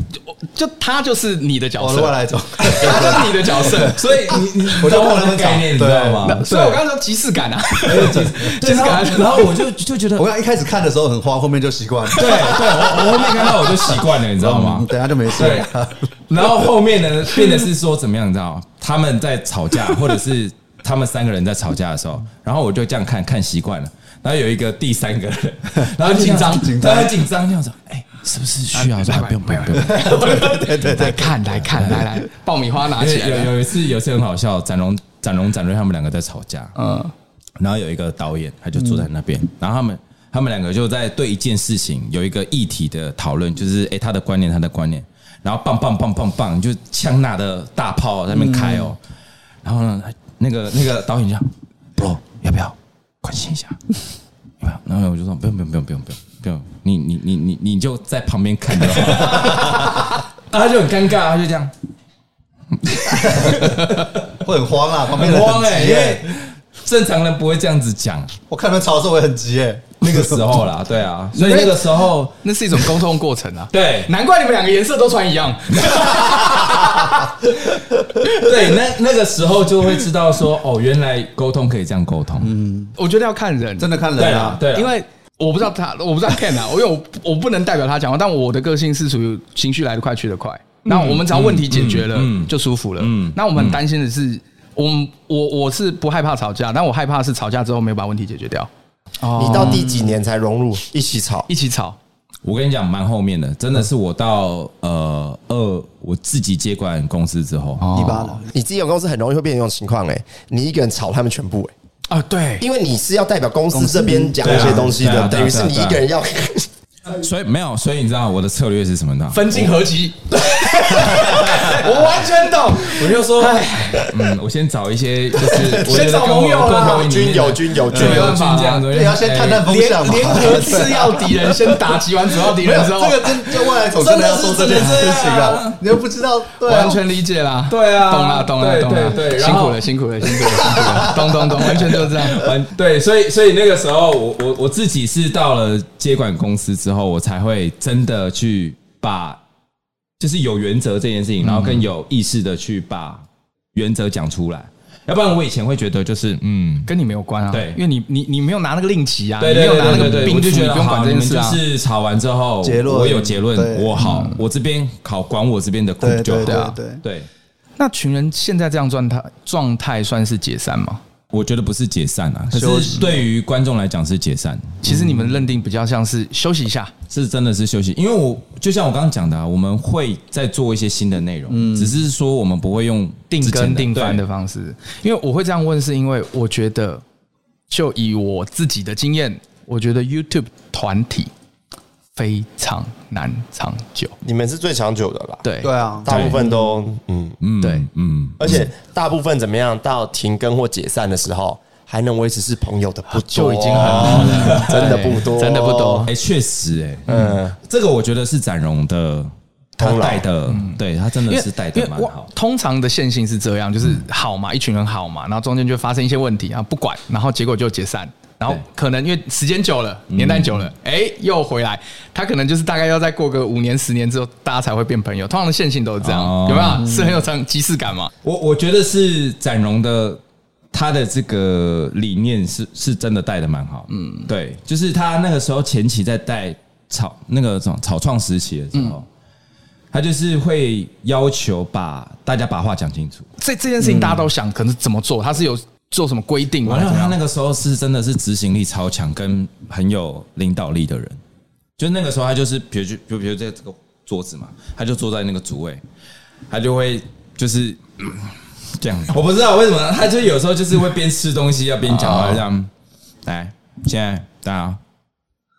Speaker 4: 就就他就是你的角
Speaker 3: 我
Speaker 4: 色
Speaker 3: 的，外来种，
Speaker 4: 他就是你的角 [laughs] 色，
Speaker 5: 所以你你我
Speaker 3: 就
Speaker 5: 懂
Speaker 3: 看
Speaker 5: 我
Speaker 3: 他
Speaker 5: 的
Speaker 3: 们
Speaker 5: 概念，你知道吗？
Speaker 4: 所以我刚刚说即视感啊，
Speaker 5: 对然后然后我就就觉得
Speaker 3: 我刚一开始看的时候很慌，后面就习惯了。
Speaker 5: 对对，我我后面看到我就习惯了，你知道吗
Speaker 3: 嗯？等下就没事
Speaker 5: 啊
Speaker 3: [laughs]
Speaker 5: 对
Speaker 3: 了。，
Speaker 5: 然后后面呢，变得是说怎么样，你知道吗？他们在吵架，或者是他们三个人在吵架的时候，然后我就这
Speaker 3: [laughs]
Speaker 5: 样看看习惯了，然后有一个第三个人，然后紧张，
Speaker 3: 紧张
Speaker 5: 他很紧张，这样子，哎、是不是需要？说啊不用不用不用，
Speaker 4: [laughs] 对对对，来看来看来来，爆米花拿
Speaker 5: 因
Speaker 4: 起
Speaker 5: 为
Speaker 4: 来
Speaker 5: 有
Speaker 4: 了，
Speaker 5: 有一次有一次很好笑，展荣展荣展瑞他们两个在吵架，
Speaker 4: 嗯，
Speaker 5: 然后有一个导演，他就坐在那边，然后他们他们两个就在对一件事情有一个议题的讨论，就是诶他的观念，他的观念，然后棒棒棒棒棒，就枪拿的大炮在那边开哦，
Speaker 4: 嗯
Speaker 5: 然后呢，那个那个导演就讲，bro 要不要关心一
Speaker 4: [laughs]
Speaker 5: 下？要不要？然后我就说不用不用不用不用不用不用，你你你你你就在旁边看就好。然啊后他就很尴尬，他就这样。
Speaker 3: [laughs] 会很
Speaker 5: [laughs]
Speaker 3: 慌啊，旁边
Speaker 5: 很
Speaker 3: 人
Speaker 5: 慌
Speaker 3: 很
Speaker 5: 哎、
Speaker 3: 急
Speaker 5: 因
Speaker 3: 耶
Speaker 5: 为。正常人不会这样子讲。
Speaker 3: 我看他们吵的时候我也很急耶。
Speaker 5: 那个时
Speaker 3: [laughs]
Speaker 5: 候啦，对啊，所以那个时候，
Speaker 4: 那是一种沟通过程啊。
Speaker 5: 对
Speaker 4: 难怪你们两个颜色都穿一样。
Speaker 5: 对那那个时候就会知道说，哦，原来沟通可以这样沟通。嗯，
Speaker 4: [laughs] 我觉得要看人，
Speaker 3: 真
Speaker 4: 的，
Speaker 3: 的看
Speaker 5: 对
Speaker 3: 人
Speaker 5: 啊
Speaker 3: 啊，，
Speaker 5: 对啊，
Speaker 4: 因为我不知道他， [laughs] 我不知道 Ken 啊，因为我我不能代表他讲话，但我的个性是属于情绪来得快去得快。那我们只要问题解决了
Speaker 5: 嗯嗯嗯
Speaker 4: 就舒服了。
Speaker 5: 嗯
Speaker 4: 那我们很担心的是，我们我我是不害怕吵架，但我害怕是吵架之后没有把问题解决掉，
Speaker 2: 你到第几年才融入一起吵？
Speaker 4: 一起吵。
Speaker 5: 我跟你讲，蛮后面的，真的是我到呃二，我自己接管公司之后，
Speaker 3: 一般啊的
Speaker 2: 你自己有公司很容易会变成这种情况哎、你一个人吵他们全部哎、
Speaker 4: 啊，对，
Speaker 2: 因为你是要代表公司这边讲一些东西
Speaker 5: 对
Speaker 2: 的，
Speaker 5: 啊对啊
Speaker 2: 等于是你
Speaker 5: 对啊
Speaker 2: 一个人要。 [laughs]
Speaker 5: 所以没有，所以你知道我的策略是什么呢？
Speaker 4: 分进合集，我 [laughs] 完全懂。
Speaker 5: 我就说， [laughs] 嗯，我先找一些，就是我觉
Speaker 4: 先
Speaker 5: 得
Speaker 4: 找
Speaker 5: 跟我
Speaker 4: 盟友
Speaker 5: 共
Speaker 4: 啦
Speaker 5: 同意
Speaker 2: 军
Speaker 5: 见
Speaker 2: 友军友
Speaker 5: 对
Speaker 2: 军
Speaker 4: 没
Speaker 5: 友
Speaker 4: 办法
Speaker 5: 军这样子，
Speaker 3: 对，要先探探风
Speaker 4: 联
Speaker 3: 向嘛。
Speaker 4: 联合次要敌人，先打击完主要敌
Speaker 3: 没有
Speaker 4: 人之后，
Speaker 3: [laughs] 这个真就未来总真的要做这件事情啊，你又不知道，对啊
Speaker 4: 完，全理解啦，
Speaker 5: 对啊
Speaker 4: 懂啦，懂啦，
Speaker 5: 对
Speaker 4: 懂啦，
Speaker 5: 对对然
Speaker 4: 辛
Speaker 5: 后
Speaker 4: 苦了，辛苦了，辛
Speaker 5: [laughs]
Speaker 4: 苦了，辛苦了，懂懂懂，完全就是这样。
Speaker 5: 完对，所以所以那个时候，我我我自己是到了接管公司之后，我才会真的去把，就是有原则这件事情，然后更有意识的去把原则讲出来。要不然我以前会觉得就是嗯，
Speaker 4: 跟你没有关啊，
Speaker 5: 对
Speaker 4: 因为你你你没有拿那个令旗啊，
Speaker 5: 对
Speaker 4: 你没
Speaker 5: 对
Speaker 4: 有
Speaker 5: 对
Speaker 4: 拿那
Speaker 5: 对对
Speaker 4: 个
Speaker 5: 对，
Speaker 4: 兵
Speaker 5: 我
Speaker 4: 符，
Speaker 5: 就觉
Speaker 4: 你
Speaker 5: 得
Speaker 4: 不用管
Speaker 5: 好，
Speaker 4: 这
Speaker 5: 你
Speaker 4: 件
Speaker 5: 们
Speaker 4: 事
Speaker 5: 就
Speaker 4: 啊。
Speaker 5: 是吵完之后，
Speaker 3: 结论
Speaker 5: 我有结论，
Speaker 3: 对
Speaker 5: 我好，我这边考管我这边的苦
Speaker 3: 对
Speaker 5: 就好
Speaker 3: 对。对
Speaker 4: 啊
Speaker 3: 对，
Speaker 5: 对，
Speaker 4: 那群人现在这样状态状态算是解散吗？
Speaker 5: 我觉得不是解散啊，
Speaker 3: 休
Speaker 5: 可
Speaker 3: 息
Speaker 5: 是对于观众来讲是解散。
Speaker 4: 其实你们认定比较像是休息一下，
Speaker 5: 是真的是休息，因为我就像我刚刚讲的、啊，我们会再做一些新的内容，只是说我们不会用
Speaker 4: 定
Speaker 5: 之前
Speaker 4: 跟
Speaker 5: 的
Speaker 4: 嗯定番
Speaker 5: 对
Speaker 4: 的方式。因为我会这样问，是因为我觉得，就以我自己的经验，我觉得 YouTube 团体非常难长久。
Speaker 2: 你们是最长久的啦，
Speaker 4: 对
Speaker 3: 对啊，
Speaker 2: 大部分都嗯，
Speaker 5: 嗯
Speaker 4: 对
Speaker 5: 嗯，
Speaker 2: 而且大部分怎么样？到停更或解散的时候，还能维持是朋友的不多，
Speaker 4: 就已经很好
Speaker 2: [laughs]
Speaker 4: 了，
Speaker 2: 真的
Speaker 4: 对
Speaker 2: 不多，
Speaker 4: 真的不多
Speaker 5: 哎、确实、哎，
Speaker 2: 嗯，
Speaker 5: 这个我觉得是展荣的，他
Speaker 2: 功劳
Speaker 5: 带的，对他真
Speaker 4: 嗯因
Speaker 5: 的
Speaker 4: 为
Speaker 5: 是带
Speaker 4: 因
Speaker 5: 的
Speaker 4: 为
Speaker 5: 蛮
Speaker 4: 我
Speaker 5: 好。嗯
Speaker 4: 通常的线性是这样，就是好嘛，一群人好嘛，然后中间就发生一些问题啊，不管，然后结果就解散。然后
Speaker 5: 对嗯
Speaker 4: 可能因为时间久了，年代久了，哎、又回来。他可能就是大概要再过个五年、十年之后，大家才会变朋友。通常的线性都是这样，
Speaker 5: 哦
Speaker 4: 有没有？是很有长即视感嘛？
Speaker 5: 我我觉得是展荣的。他的这个理念是是真的带的蛮好，嗯，对，就是他那个时候前期在带草那个什么草创时期的时候，他就是会要求把大家把话讲清楚，
Speaker 4: 这这件事情大家都想，可能怎么做？他是有做什么规定吗？
Speaker 5: 完
Speaker 4: 还是
Speaker 5: 了，
Speaker 4: 怎
Speaker 5: 他
Speaker 4: 样
Speaker 5: 那个时候是真的是执行力超强，跟很有领导力的人。就那个时候，他就是，比如就就比如在这个桌子嘛，他就坐在那个主位，他就会就是 [clears throat] 嗯这样。我不知道为什么，他就有时候就是会边吃东西要边讲话这样。来，现在大家好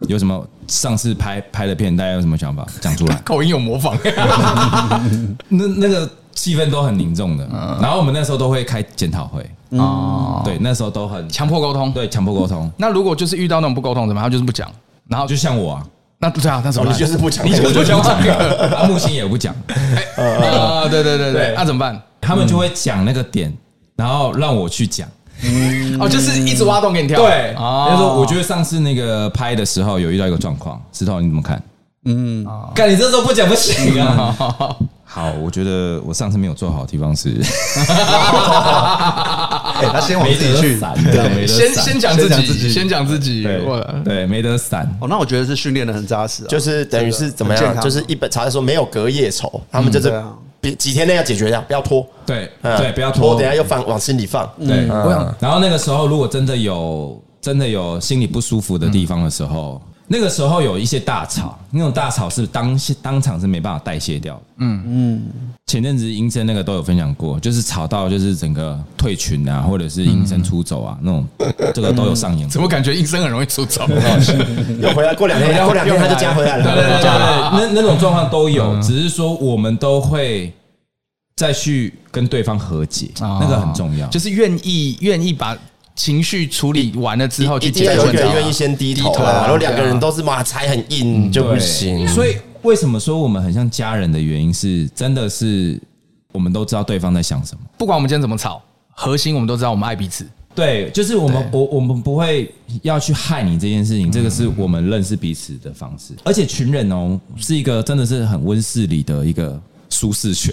Speaker 5: 有什么上次拍拍的片，大家有什么想法讲出来？
Speaker 4: 口音有模仿，
Speaker 5: [laughs] 那那个气氛都很凝重的，然后我们那时候都会开检讨会，
Speaker 4: 哦，
Speaker 5: 对，那时候都很
Speaker 4: 强迫沟通。
Speaker 5: 对强迫沟通。
Speaker 4: 那如果就是遇到那种不沟通怎么办？他就是不讲，然后
Speaker 5: 就
Speaker 4: 就
Speaker 5: 像我啊，
Speaker 4: 那对啊，那怎么
Speaker 2: 哦你
Speaker 4: 办？
Speaker 2: 就是不讲，
Speaker 5: 我就
Speaker 4: 讲
Speaker 5: 不
Speaker 4: 话
Speaker 5: 讲， [laughs] 啊木星也不讲，
Speaker 4: 啊， [laughs] 对对对对，
Speaker 5: 对
Speaker 4: 那怎么办？
Speaker 5: 他们就会讲那个点，然后让我去讲。
Speaker 4: 哦，就是一直挖洞给你跳。
Speaker 5: 对，
Speaker 4: 哦
Speaker 5: 就是说我觉得上次那个拍的时候有遇到一个状况，石头你怎么看？嗯，干你这时候不讲不行啊。
Speaker 4: 嗯
Speaker 5: 好，我觉得我上次没有做好的地方是
Speaker 3: 哎，他
Speaker 5: [laughs]
Speaker 3: 先往自己去。
Speaker 5: 闪，对，没得
Speaker 4: 先
Speaker 5: 闪
Speaker 4: 先讲自
Speaker 3: 先讲自
Speaker 4: 己，
Speaker 3: 己
Speaker 4: 先讲自己。我
Speaker 5: 对对，没得闪。
Speaker 3: 哦，那我觉得是训练的很扎实啊，
Speaker 2: 就是等于是怎么
Speaker 3: 很健
Speaker 2: 样？
Speaker 3: 康
Speaker 2: 就是一本查的说没有隔夜仇，他们就
Speaker 3: 对
Speaker 2: 是
Speaker 3: 啊
Speaker 2: 比几天内要解决掉，不要拖。
Speaker 5: 对
Speaker 2: 嗯
Speaker 5: 对，不要
Speaker 2: 拖，
Speaker 5: 拖，
Speaker 2: 等一下又放往心里放。
Speaker 5: 对，
Speaker 2: 嗯
Speaker 5: 我想，然后那个时候如果真的有真的有心里不舒服的地方的时候，那个时候有一些大吵，那种大吵是当当场是没办法代谢掉的。嗯嗯，前阵子英生那个都有分享过，就是吵到就是整个退群啊，或者是英生出走啊那种，这个都有上演过。
Speaker 4: 怎么感觉医生很容易出走？ [laughs]
Speaker 2: 又回来，过两天，过两天他就加回哎来
Speaker 5: 对对对
Speaker 2: 了。
Speaker 5: 对，那那种状况都有，只是说我们都会再去跟对方和解，
Speaker 4: 哦
Speaker 5: 那个很重要。就
Speaker 4: 就是是愿意愿意把情绪处理完了之后去
Speaker 2: 一定
Speaker 4: 解
Speaker 2: 要有
Speaker 4: 决
Speaker 2: 一
Speaker 4: 问
Speaker 2: 个人
Speaker 4: 题。
Speaker 2: 愿意先低头
Speaker 4: 低头
Speaker 2: 啊，嗯
Speaker 4: 啊
Speaker 2: 然后两个人都是嘛才很硬就不行。
Speaker 5: 所以为什么说我们很像家人的原因是，真的是我们都知道对方在想什么。
Speaker 4: 不管我们今天怎么吵，核心我们都知道
Speaker 2: [laughs]
Speaker 4: 我们爱彼此。
Speaker 5: 对，就是我们我我们不会要去害你这件事
Speaker 4: 嗯
Speaker 5: 情，这个是我们认识彼此的方式。而且群人哦，是一个真的是很温室里的一个舒适圈。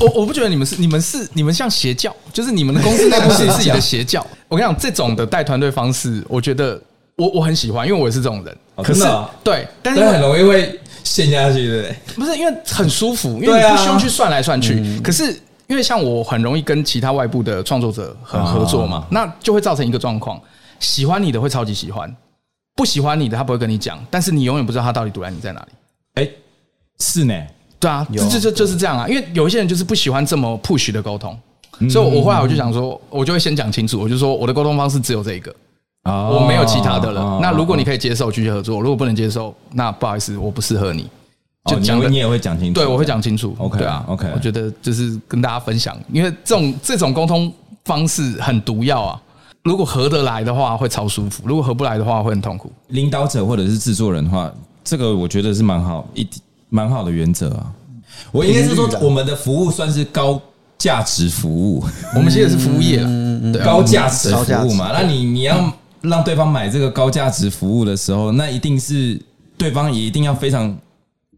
Speaker 4: 我我不觉得你们是你们是你们像邪教，就是你们的公司内部是自己
Speaker 2: [laughs]
Speaker 4: 的邪教。我跟你讲，这种的带团队方式，我觉得我我很喜欢，因为我也是这种人。
Speaker 5: 哦
Speaker 4: 可是
Speaker 5: 真的哦
Speaker 4: 啊对，但是
Speaker 5: 但很容易会陷下去，对不对？
Speaker 4: 不是因为很舒服，因为
Speaker 5: 对
Speaker 4: 你
Speaker 5: 啊
Speaker 4: 不需要去算来算去。可是因为像我很容易跟其他外部的创作者很合作嘛，
Speaker 5: 啊
Speaker 4: 那就会造成一个状况：喜欢你的会超级喜欢，不喜欢你的他不会跟你讲，但是你永远不知道他到底堵在你在哪里。
Speaker 5: 哎，是呢，
Speaker 4: 对啊，这这这就是这样啊，因为有一些人就是不喜欢这么 push 的沟通，所以我后来我就想说，我就会先讲清楚，我就说我的沟通方式只有这一个，
Speaker 5: 我
Speaker 4: 我没有其他的
Speaker 5: 哦
Speaker 4: 了。那如果你可以接受，继续合作；如果不能接受，那不好意思，我不适合你。就
Speaker 5: 就
Speaker 4: 讲
Speaker 5: 讲
Speaker 4: 得
Speaker 5: 哦你也会讲清楚，
Speaker 4: 对，我会讲清楚。
Speaker 5: OK，
Speaker 4: 对啊
Speaker 5: OK
Speaker 4: 我觉得就是跟大家分享，因为这种这种沟通方式很毒药啊。如果合得来的话，会超舒服；如果合不来的话，会很痛苦。
Speaker 5: 领导者或者是制作人的话，这个我觉得是蛮好一蛮好的原则啊。我应该是说，我们的服务算是高价值服务，
Speaker 4: 我们现在是服务业
Speaker 5: 嗯
Speaker 4: 了，对啊
Speaker 5: 高价值
Speaker 3: 高价
Speaker 5: 服务
Speaker 3: 值
Speaker 5: 嘛。那你你要让对方买这个高价值服务的时候，那一定是对方也一定要非常。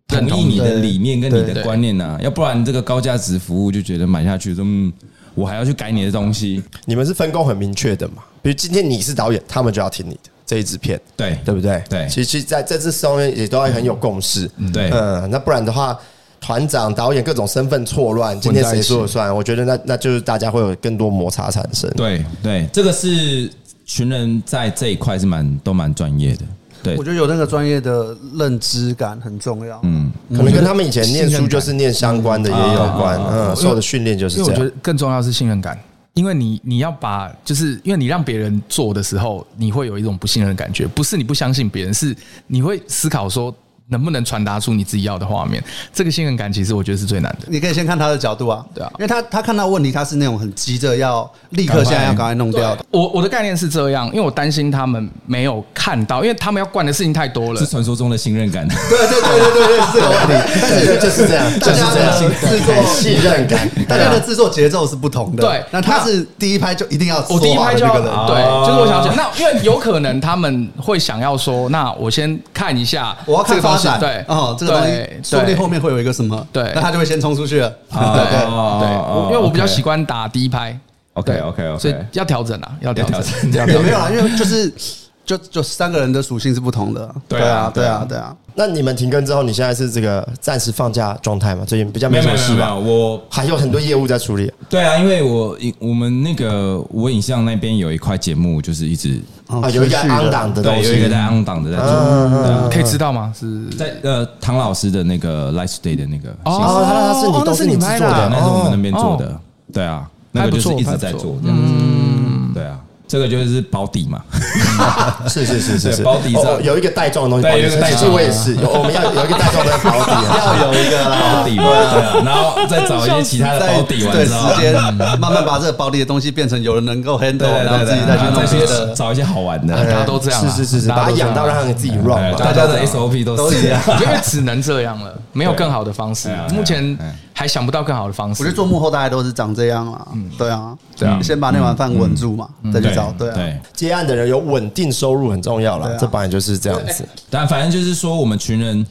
Speaker 5: 同
Speaker 4: 认同
Speaker 5: 意你的理念跟你
Speaker 3: 对
Speaker 5: 的观念呐、啊，要不然这个高价值服务就觉得买下去，嗯，我还要去改你的东西，
Speaker 2: 你们是分工很明确的嘛？比如今天你是导演，他们就要听你的这一支片，
Speaker 5: 对
Speaker 2: 对不对？
Speaker 5: 对
Speaker 2: 其实在在这上面也都要很有共识。
Speaker 5: 对
Speaker 2: 嗯，那不然的话，团长、导演各种身份错乱，今天谁说了算？我觉得那那就是大家会有更多摩擦产生。
Speaker 5: 对对，这个是群人在这一块是蛮都蛮专业的，对
Speaker 3: 我，觉得有那个专业的认知感很重要。
Speaker 5: 嗯，
Speaker 2: 可能跟他们以前念书就是念相关的也有关，嗯，受的训练就是
Speaker 4: 因为
Speaker 2: 这
Speaker 4: 我
Speaker 5: 啊
Speaker 4: 觉得
Speaker 2: 样。
Speaker 4: 更重要的是信任感，因为你你要把，就是因为你让别人做的时候，你会有一种不信任的感觉，不是你不相信别人，是你会思考说能不能传达出你自己要的画面。这个信任感其实我觉得是最难的。
Speaker 3: 你可以先看他的角度啊，
Speaker 4: 对啊
Speaker 3: 因为他他看到问题，他是那种很急着要立刻现在要赶快弄掉的。
Speaker 4: 我我的概念是这样，因为我担心他们没有看到，因为他们要管的事情太多了
Speaker 5: 是。传说中的信任感。
Speaker 2: 对对对对对对，是这个问题。但是就是这样，
Speaker 3: 大
Speaker 2: 就是
Speaker 3: 家
Speaker 2: 这样，
Speaker 3: 的制作
Speaker 2: 信任感。
Speaker 3: [laughs] 大家的制作节奏是不同的，
Speaker 4: 对
Speaker 3: 那他是第一拍就一定要
Speaker 4: 我第
Speaker 3: 说
Speaker 4: 一
Speaker 3: 好
Speaker 4: 拍
Speaker 3: 的
Speaker 4: 就
Speaker 3: 那
Speaker 4: 要啊
Speaker 3: 个人，啊
Speaker 4: 对，就是我想讲，那因为有可能他们会想要说，那我先看一下这
Speaker 3: 我要
Speaker 4: 个东西，
Speaker 3: 看发展，
Speaker 4: 对，
Speaker 3: 哦，这个东西
Speaker 4: 对
Speaker 3: 说不定
Speaker 4: 对
Speaker 3: 后面会有一个什么，
Speaker 4: 对
Speaker 3: 那他就会先冲出去了，
Speaker 4: 对
Speaker 5: 哦
Speaker 4: 对，
Speaker 5: 哦
Speaker 4: 我因为我比较习
Speaker 5: OK
Speaker 4: 惯打第一拍。
Speaker 5: OK OK
Speaker 4: 所以
Speaker 5: OK，
Speaker 4: 要调整啊，要调
Speaker 5: 调
Speaker 4: 整。
Speaker 5: 整这样
Speaker 3: 也没有啦，因为就是就就三个人的属性是不同的，
Speaker 5: 对
Speaker 3: 啊
Speaker 5: 啊，
Speaker 3: 对啊，对啊，
Speaker 2: [laughs] 那你们停更之后，你现在是这个暂时放假状态吗？最近比较
Speaker 5: 没
Speaker 2: 没
Speaker 5: 有
Speaker 2: 什
Speaker 5: 没有
Speaker 2: 么事
Speaker 5: 没有没
Speaker 2: 吧
Speaker 5: 有，？我
Speaker 2: 还有很多业务在处理
Speaker 5: 对啊，因为我我们那个我影像那边有一块节目，就是一直
Speaker 3: 哦
Speaker 2: 啊，有一个
Speaker 3: 持续的
Speaker 2: on 档的东
Speaker 5: 对有一个
Speaker 2: 西
Speaker 5: 在。昂档的在做，对啊
Speaker 4: [laughs] 可以知道吗？是
Speaker 5: 在呃唐老师的那个 Live Today 的那个形式，
Speaker 2: 哦，他他是
Speaker 4: 哦
Speaker 2: 你
Speaker 4: 那
Speaker 2: 都
Speaker 4: 是
Speaker 2: 是你
Speaker 4: 你
Speaker 2: 制
Speaker 4: 拍
Speaker 2: 作
Speaker 4: 的
Speaker 5: 对，
Speaker 2: 的，
Speaker 5: 那是我们
Speaker 2: 哦
Speaker 5: 那边做
Speaker 4: 哦
Speaker 5: 的，对啊，那个就是一直在做这样子，对啊，这个就是保底嘛，
Speaker 2: 哦是是是是是，
Speaker 5: 对包底上
Speaker 2: 哦有一个带状的东西，
Speaker 5: 对
Speaker 2: 包底
Speaker 5: 有一个带
Speaker 2: 其
Speaker 5: 状
Speaker 2: 实我也是，有我们要有一个带状的保底，
Speaker 5: [laughs]
Speaker 2: 要哦有一个
Speaker 5: 保底嘛，对啊，然后再找一些其
Speaker 3: [laughs]
Speaker 5: 他
Speaker 3: 啊
Speaker 5: 的
Speaker 3: 在
Speaker 5: 保底完
Speaker 3: 对
Speaker 5: 之后
Speaker 3: 时。间慢慢把这个暴力的东西变成有人能够 handle，
Speaker 5: 对
Speaker 3: 然后
Speaker 5: 对
Speaker 3: 自
Speaker 5: 对，
Speaker 3: 己再去弄别的。
Speaker 5: 找一些好玩的，
Speaker 3: 呃
Speaker 4: 大家都这样啊
Speaker 2: 是是是是，
Speaker 4: 大家
Speaker 2: 把
Speaker 4: 都
Speaker 2: 它
Speaker 4: 这样
Speaker 2: 养到让你自己 run
Speaker 5: 对
Speaker 2: 嘛。
Speaker 5: 大家的 SOP 都是
Speaker 2: [laughs]
Speaker 5: 一样。
Speaker 4: 因为只能这样了，没有更好的方式
Speaker 5: 对啊。对啊
Speaker 4: 目前
Speaker 5: 对啊
Speaker 4: 还想不到更好的方式。
Speaker 3: 我觉得做幕后大概都是长这样啦，对啊，
Speaker 5: 对啊
Speaker 3: 先把那碗饭稳住嘛，再去找，对啊，
Speaker 5: 对，
Speaker 2: 接案的人有稳定收入很重要
Speaker 3: 对
Speaker 2: 了
Speaker 3: 啊，
Speaker 2: 这本来就是这样子。
Speaker 5: 但反正就是说，我们群人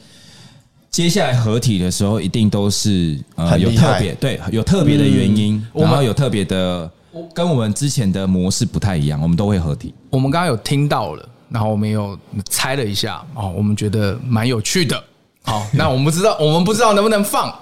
Speaker 5: 接下来合体的时候，一定都是呃
Speaker 2: 很
Speaker 5: 有
Speaker 2: 厉
Speaker 5: 特
Speaker 2: 害
Speaker 5: 别对有特别的原因，
Speaker 4: 我们
Speaker 5: 然后有特别的。嗯跟我们之前的模式不太一样，我们都会合 [laughs] 体。
Speaker 4: 我们刚刚有听到了，然后我们有猜了一下，哦，我们觉得蛮有趣的。好，那我们不知道，我们不知道能不能放，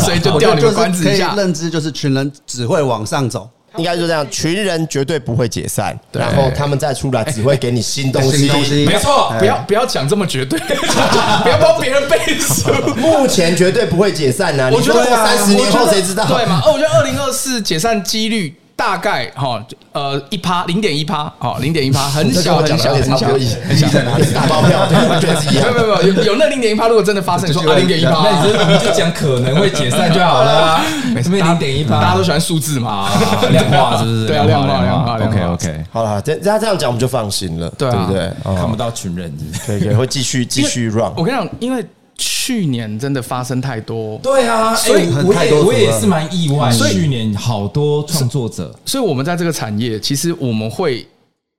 Speaker 4: 所以就
Speaker 3: 我觉
Speaker 4: 吊
Speaker 3: 得
Speaker 4: 你
Speaker 3: 就
Speaker 4: 们
Speaker 3: 是
Speaker 4: 关子
Speaker 3: 可
Speaker 4: 一
Speaker 3: 以
Speaker 4: 下。
Speaker 3: 认知就是群人只会往上走，
Speaker 2: 应该就这样，群人绝对不会解散，然后他们再出来只会给你新东西哎
Speaker 3: 新。东西
Speaker 4: 没错，不要不要讲这么绝对， [laughs] 不要帮别人背书。
Speaker 2: 目前绝对不会解散呐、啊，
Speaker 4: 我觉得
Speaker 2: 你说过三十年后谁知道？
Speaker 4: 对嘛？哦，我觉得二零二四解散几率大概哈呃一趴零点一趴，哦零点一趴，很
Speaker 2: 这跟
Speaker 4: 小
Speaker 2: 我
Speaker 4: 很
Speaker 2: 讲的
Speaker 4: 小
Speaker 2: 有
Speaker 4: 很
Speaker 2: 点差不
Speaker 4: 小，
Speaker 2: 多
Speaker 4: 很
Speaker 2: 意
Speaker 4: 小
Speaker 2: 思，意思在哪里？打包票，对，完全是一
Speaker 4: 没
Speaker 2: 样
Speaker 4: 有。没有没有，有有那零点一趴，如果真的发生，你说啊零点一趴，
Speaker 5: 那你就你就讲可能会解散
Speaker 4: [laughs]
Speaker 5: 就好了， [laughs] 没什么零点一八，
Speaker 4: 大家都喜欢数字嘛，
Speaker 5: 量化是不是？
Speaker 4: 对啊，量化量化量化
Speaker 5: OK OK，
Speaker 2: 好了，这他这样讲我们就放心了，
Speaker 4: 对啊
Speaker 2: 不对？
Speaker 5: 看
Speaker 2: 哦，
Speaker 5: 不到群人是不是。
Speaker 2: 可以可以，会继续继续 run。
Speaker 4: [laughs] 我跟你讲，因为去年真的发生太多，
Speaker 5: 对啊，所以
Speaker 2: 很
Speaker 5: 我
Speaker 2: 太
Speaker 5: 也
Speaker 2: 多组
Speaker 5: 我也
Speaker 2: 了
Speaker 5: 是蛮意外，
Speaker 4: 所以
Speaker 5: 去年好多创作者
Speaker 4: 所以我们在这个产业，其实我们会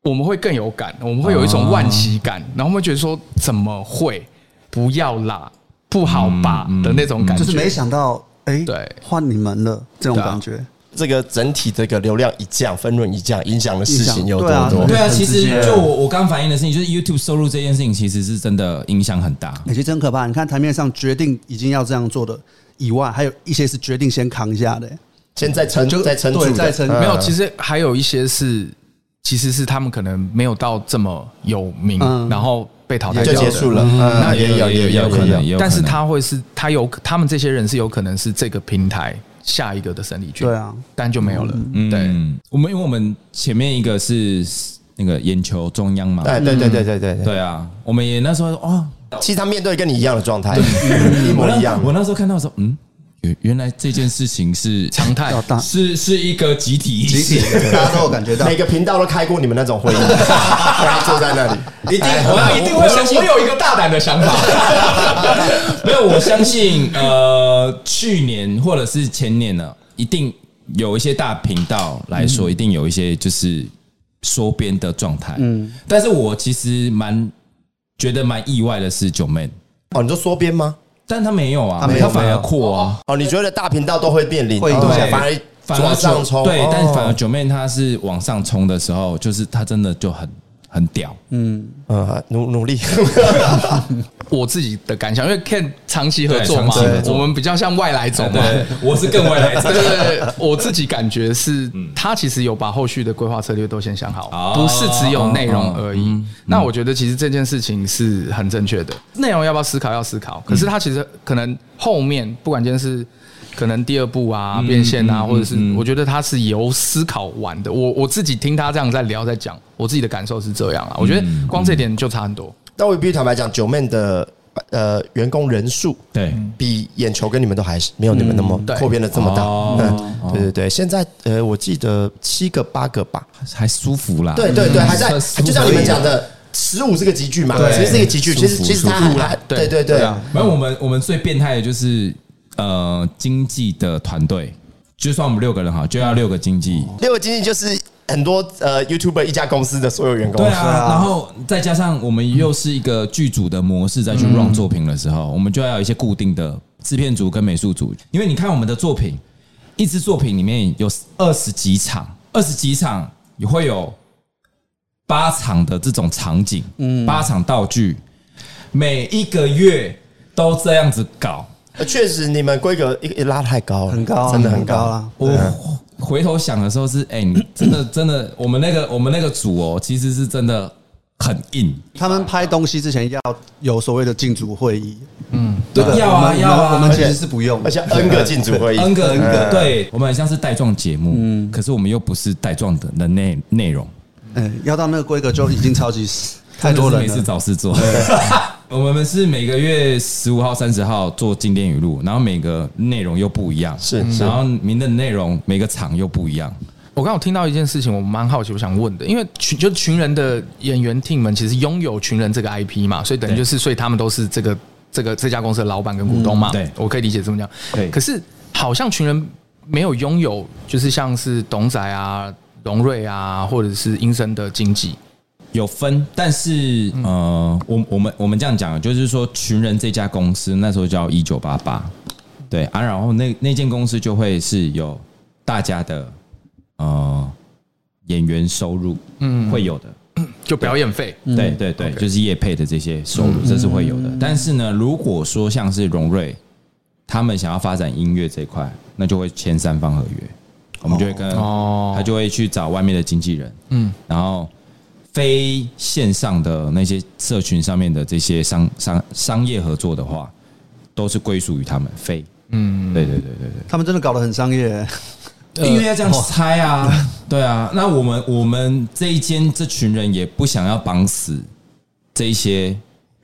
Speaker 4: 我们会更有感，我们会有一种惋惜感，然后我们会觉得说怎么会不要啦，不好吧
Speaker 5: 嗯嗯
Speaker 4: 的那种感觉，
Speaker 3: 就是没想到，哎，
Speaker 4: 对
Speaker 3: 换你们了这种感觉，
Speaker 2: 这个整体这个流量一降，分润一降，影响的事情有多
Speaker 3: 影
Speaker 2: 多
Speaker 3: 响？
Speaker 5: 对啊，
Speaker 3: 很
Speaker 5: 其
Speaker 3: 直接
Speaker 5: 实就我我刚反映的事情，就是 YouTube 收入这件事情，其实是真的影响很大。
Speaker 3: 也是真可怕。你看台面上决定已经要这样做的以外，还有一些是决定先扛一下的，
Speaker 2: 先再撑，
Speaker 3: 就
Speaker 2: 再撑
Speaker 3: 对
Speaker 2: 住的，
Speaker 3: 再撑
Speaker 2: 嗯
Speaker 4: 没有，其实还有一些是，其实是他们可能没有到这么有名，
Speaker 3: 嗯
Speaker 4: 然后被淘汰
Speaker 2: 就
Speaker 4: 掉
Speaker 2: 结
Speaker 4: 的
Speaker 2: 束了。那也有也有
Speaker 5: 可能，也有可能
Speaker 4: 但是他会是，他有他们这些人是有可能是这个平台下一个的生力军，
Speaker 3: 对啊，
Speaker 4: 但就没有了。
Speaker 5: 嗯
Speaker 4: 对，
Speaker 5: 我们因为我们前面一个是那个眼球中央嘛，
Speaker 2: 对对对对对对对。
Speaker 5: 对啊，我们也那时候哦，
Speaker 2: 其实他面对跟你一样的状态，一
Speaker 5: 我
Speaker 2: 模一
Speaker 5: 那
Speaker 2: 样。
Speaker 5: 我那时候看到的时候，嗯，原原来这件事情是
Speaker 4: 常态
Speaker 3: 要大
Speaker 5: 是是一个集体意识，
Speaker 3: 大家都有感觉到
Speaker 2: [laughs] 每。个频道都开过你们那种
Speaker 5: [laughs]
Speaker 2: 会议，大家坐在那里，
Speaker 5: 一定
Speaker 4: 我
Speaker 5: 哎我
Speaker 4: 一定会
Speaker 5: 相信
Speaker 4: 有，我有一个大胆的想法，
Speaker 5: 没有，我相信呃，去年或者是前年呢，一定有一些大频道来说，一定有一些就是缩编的状态。嗯，但是我其实蛮觉得蛮意外的是九妹，
Speaker 2: 哦，你说缩编吗？
Speaker 5: 但她没有啊，
Speaker 2: 她没有
Speaker 5: 她反而扩啊，
Speaker 2: 哦，你觉得大频道都会面临
Speaker 3: 会
Speaker 2: 影响，
Speaker 5: 对
Speaker 2: 哦反而
Speaker 5: 反而
Speaker 2: 往上
Speaker 5: 九
Speaker 2: 冲，
Speaker 5: 对，
Speaker 2: 哦
Speaker 5: 但反而九妹她是往上冲的时候，就是她真的就很很屌。
Speaker 2: 呃努努力， [laughs]
Speaker 4: 我自己的感想，因为 Ken 长期合作嘛
Speaker 5: 对长期合，作
Speaker 4: 我们比较像外来种嘛。
Speaker 5: 对， [laughs] 我是更未来者
Speaker 4: 对。对
Speaker 5: [laughs]
Speaker 4: 对，我自己感觉是，他其实有把后续的规划策略都先想好
Speaker 5: 嗯哦，
Speaker 4: 不是只有内容而
Speaker 5: 嗯
Speaker 4: 已
Speaker 5: 嗯。
Speaker 4: 那我觉得其实这件事情是很正确的，内容要不要思考要思
Speaker 5: 嗯
Speaker 4: 考，可是他其实可能后面不管今天是。可能第二步啊，变现啊，
Speaker 5: 嗯嗯
Speaker 4: 或者是
Speaker 5: 嗯
Speaker 4: 我觉得他是由思考完的。我我自己听他这样在聊，在讲，我自己的感受是这样啊。我觉
Speaker 5: 嗯
Speaker 4: 得光这点就差很多。
Speaker 2: 但我必须坦白讲，九妹的呃员工人数
Speaker 5: 对，嗯
Speaker 2: 比眼球跟你们都还是没有你们那么
Speaker 4: 对
Speaker 2: 扩编的这么大。
Speaker 5: 哦
Speaker 2: 嗯，对对对，现在呃我记得七个八个吧，
Speaker 5: 还舒服啦。
Speaker 2: 对对对，还在
Speaker 5: 算嗯舒服
Speaker 2: 就像你们讲的，十五是个集聚嘛，
Speaker 5: 对
Speaker 2: 其实是一个集聚，其实
Speaker 5: 舒服啊
Speaker 2: 其实它
Speaker 5: 舒服
Speaker 2: 还对对对，
Speaker 5: 没有，我们我们最变态的就是呃经济的团队，就算我们六个人哈，就要六个经纪。
Speaker 2: 六个经济就是很多呃 YouTuber 一家公司的所有员工
Speaker 5: 对，啊，然后再加上我们又是一个剧组的模式再去 run 作品的时候，我们就要有一些固定的制片组跟美术组，因为你看我们的作品，一支作品里面有二十几场，二十几场也会有八场的这种场景，嗯，八场道具，每一个月都这样子搞，
Speaker 2: 呃确实你们规格一一拉太高了，
Speaker 3: 很高啊
Speaker 2: 真的很
Speaker 3: 很
Speaker 2: 高
Speaker 3: 高啦。
Speaker 5: 我回头想的时候是，哎、你真的真的，我们那个我们那个组哦，其实是真的很硬，
Speaker 3: 他们拍东西之前要有所谓的进组会议，
Speaker 5: 对，要
Speaker 3: 我
Speaker 5: 啊
Speaker 3: 们
Speaker 5: 要啊，
Speaker 3: 我们其
Speaker 2: 而且
Speaker 3: 实是不用的，
Speaker 2: 而且 N 个进组会议，
Speaker 5: 恩格恩格，
Speaker 2: 嗯，
Speaker 5: 对我们很像是带状节目，可是我们又不是带状的的内内容，
Speaker 3: 嗯，要到那个规格就已经超级太多
Speaker 5: 真
Speaker 3: 人
Speaker 5: 的是
Speaker 3: 了。
Speaker 5: 没事找事做。 [laughs] 我们是每个月十五号、三十号做经典语录，然后每个内容又不一样，
Speaker 2: 是是
Speaker 5: 然后您的内容每个场又不一样，
Speaker 4: 我刚好听到一件事情，我蛮好奇，我想问的，因为群就是群人的演员 team 们其实拥有群人这个 IP 嘛，所以等于
Speaker 5: 对
Speaker 4: 就是，所以他们都是这个这个这家公司的老板跟股东嘛，
Speaker 5: 嗯对
Speaker 4: 我可以理解这么讲。
Speaker 5: 对
Speaker 4: 可是好像群人没有拥有，就是像是董仔啊、荣瑞啊，或者是英生的经济，
Speaker 5: 有分，但是呃，我我们我们这样讲，就是说群人这家公司那时候叫一九八八，对啊，然后那那间公司就会是有大家的呃演员收入，嗯，会有的，
Speaker 4: 就表演费，
Speaker 5: 对对对，就是业配的这些收入，这是会有的。但是呢，如果说像是荣瑞他们想要发展音乐这一块，那就会签三方合约。我们就会跟
Speaker 4: 哦
Speaker 5: 他就会去找外面的经纪人，
Speaker 4: 嗯
Speaker 5: 嗯，然后非线上的那些社群上面的这些商商商业合作的话，都是归属于他们非，嗯，呃对对对对对。
Speaker 3: 他们真的搞得很商业，
Speaker 5: 因为要这样猜啊， [laughs] 对啊。那我们我们这一间这群人也不想要绑死这一些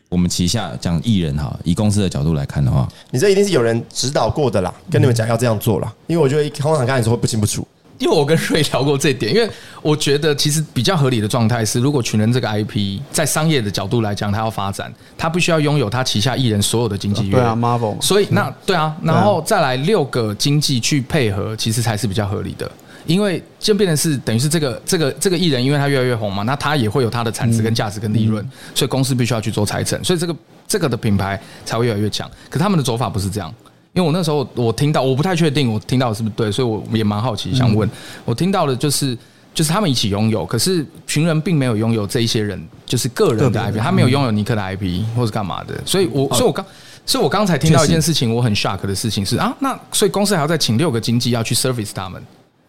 Speaker 5: 我们旗下讲艺人哈，以公司的角度来看的话，
Speaker 2: 你这一定是有人指导过的啦，跟你们讲要这样做啦。因为我觉得通常刚才说会不清不楚，
Speaker 4: 因为我跟瑞聊过这一点，因为我觉得其实比较合理的状态是，如果群人这个 IP 在商业的角度来讲，它要发展，它必须要拥有它旗下艺人所有的经纪约。
Speaker 3: 对啊，Marvel 嘛
Speaker 4: 所以那对啊，然后再来六个经济去配合，其实才是比较合理的。因为就变成是等于是这个这个这个艺人，因为他越来越红嘛，那他也会有他的产值跟价值跟利润，所以公司必须要去做财政，所以这个这个的品牌才会越来越强。可他们的走法不是这样，因为我那时候我听到，我不太确定我听到的是不是对，所以我也蛮好奇想问，我听到的就是就是他们一起拥有，可是群人并没有拥有这一些人，就是个人的嗯 IP，他没有拥有尼克的 IP 或是干嘛的，所以我所以我刚所以我刚才听到一件事情，我很 shock 的事情是啊，那所以公司还要再请六个经纪要去 service 他们，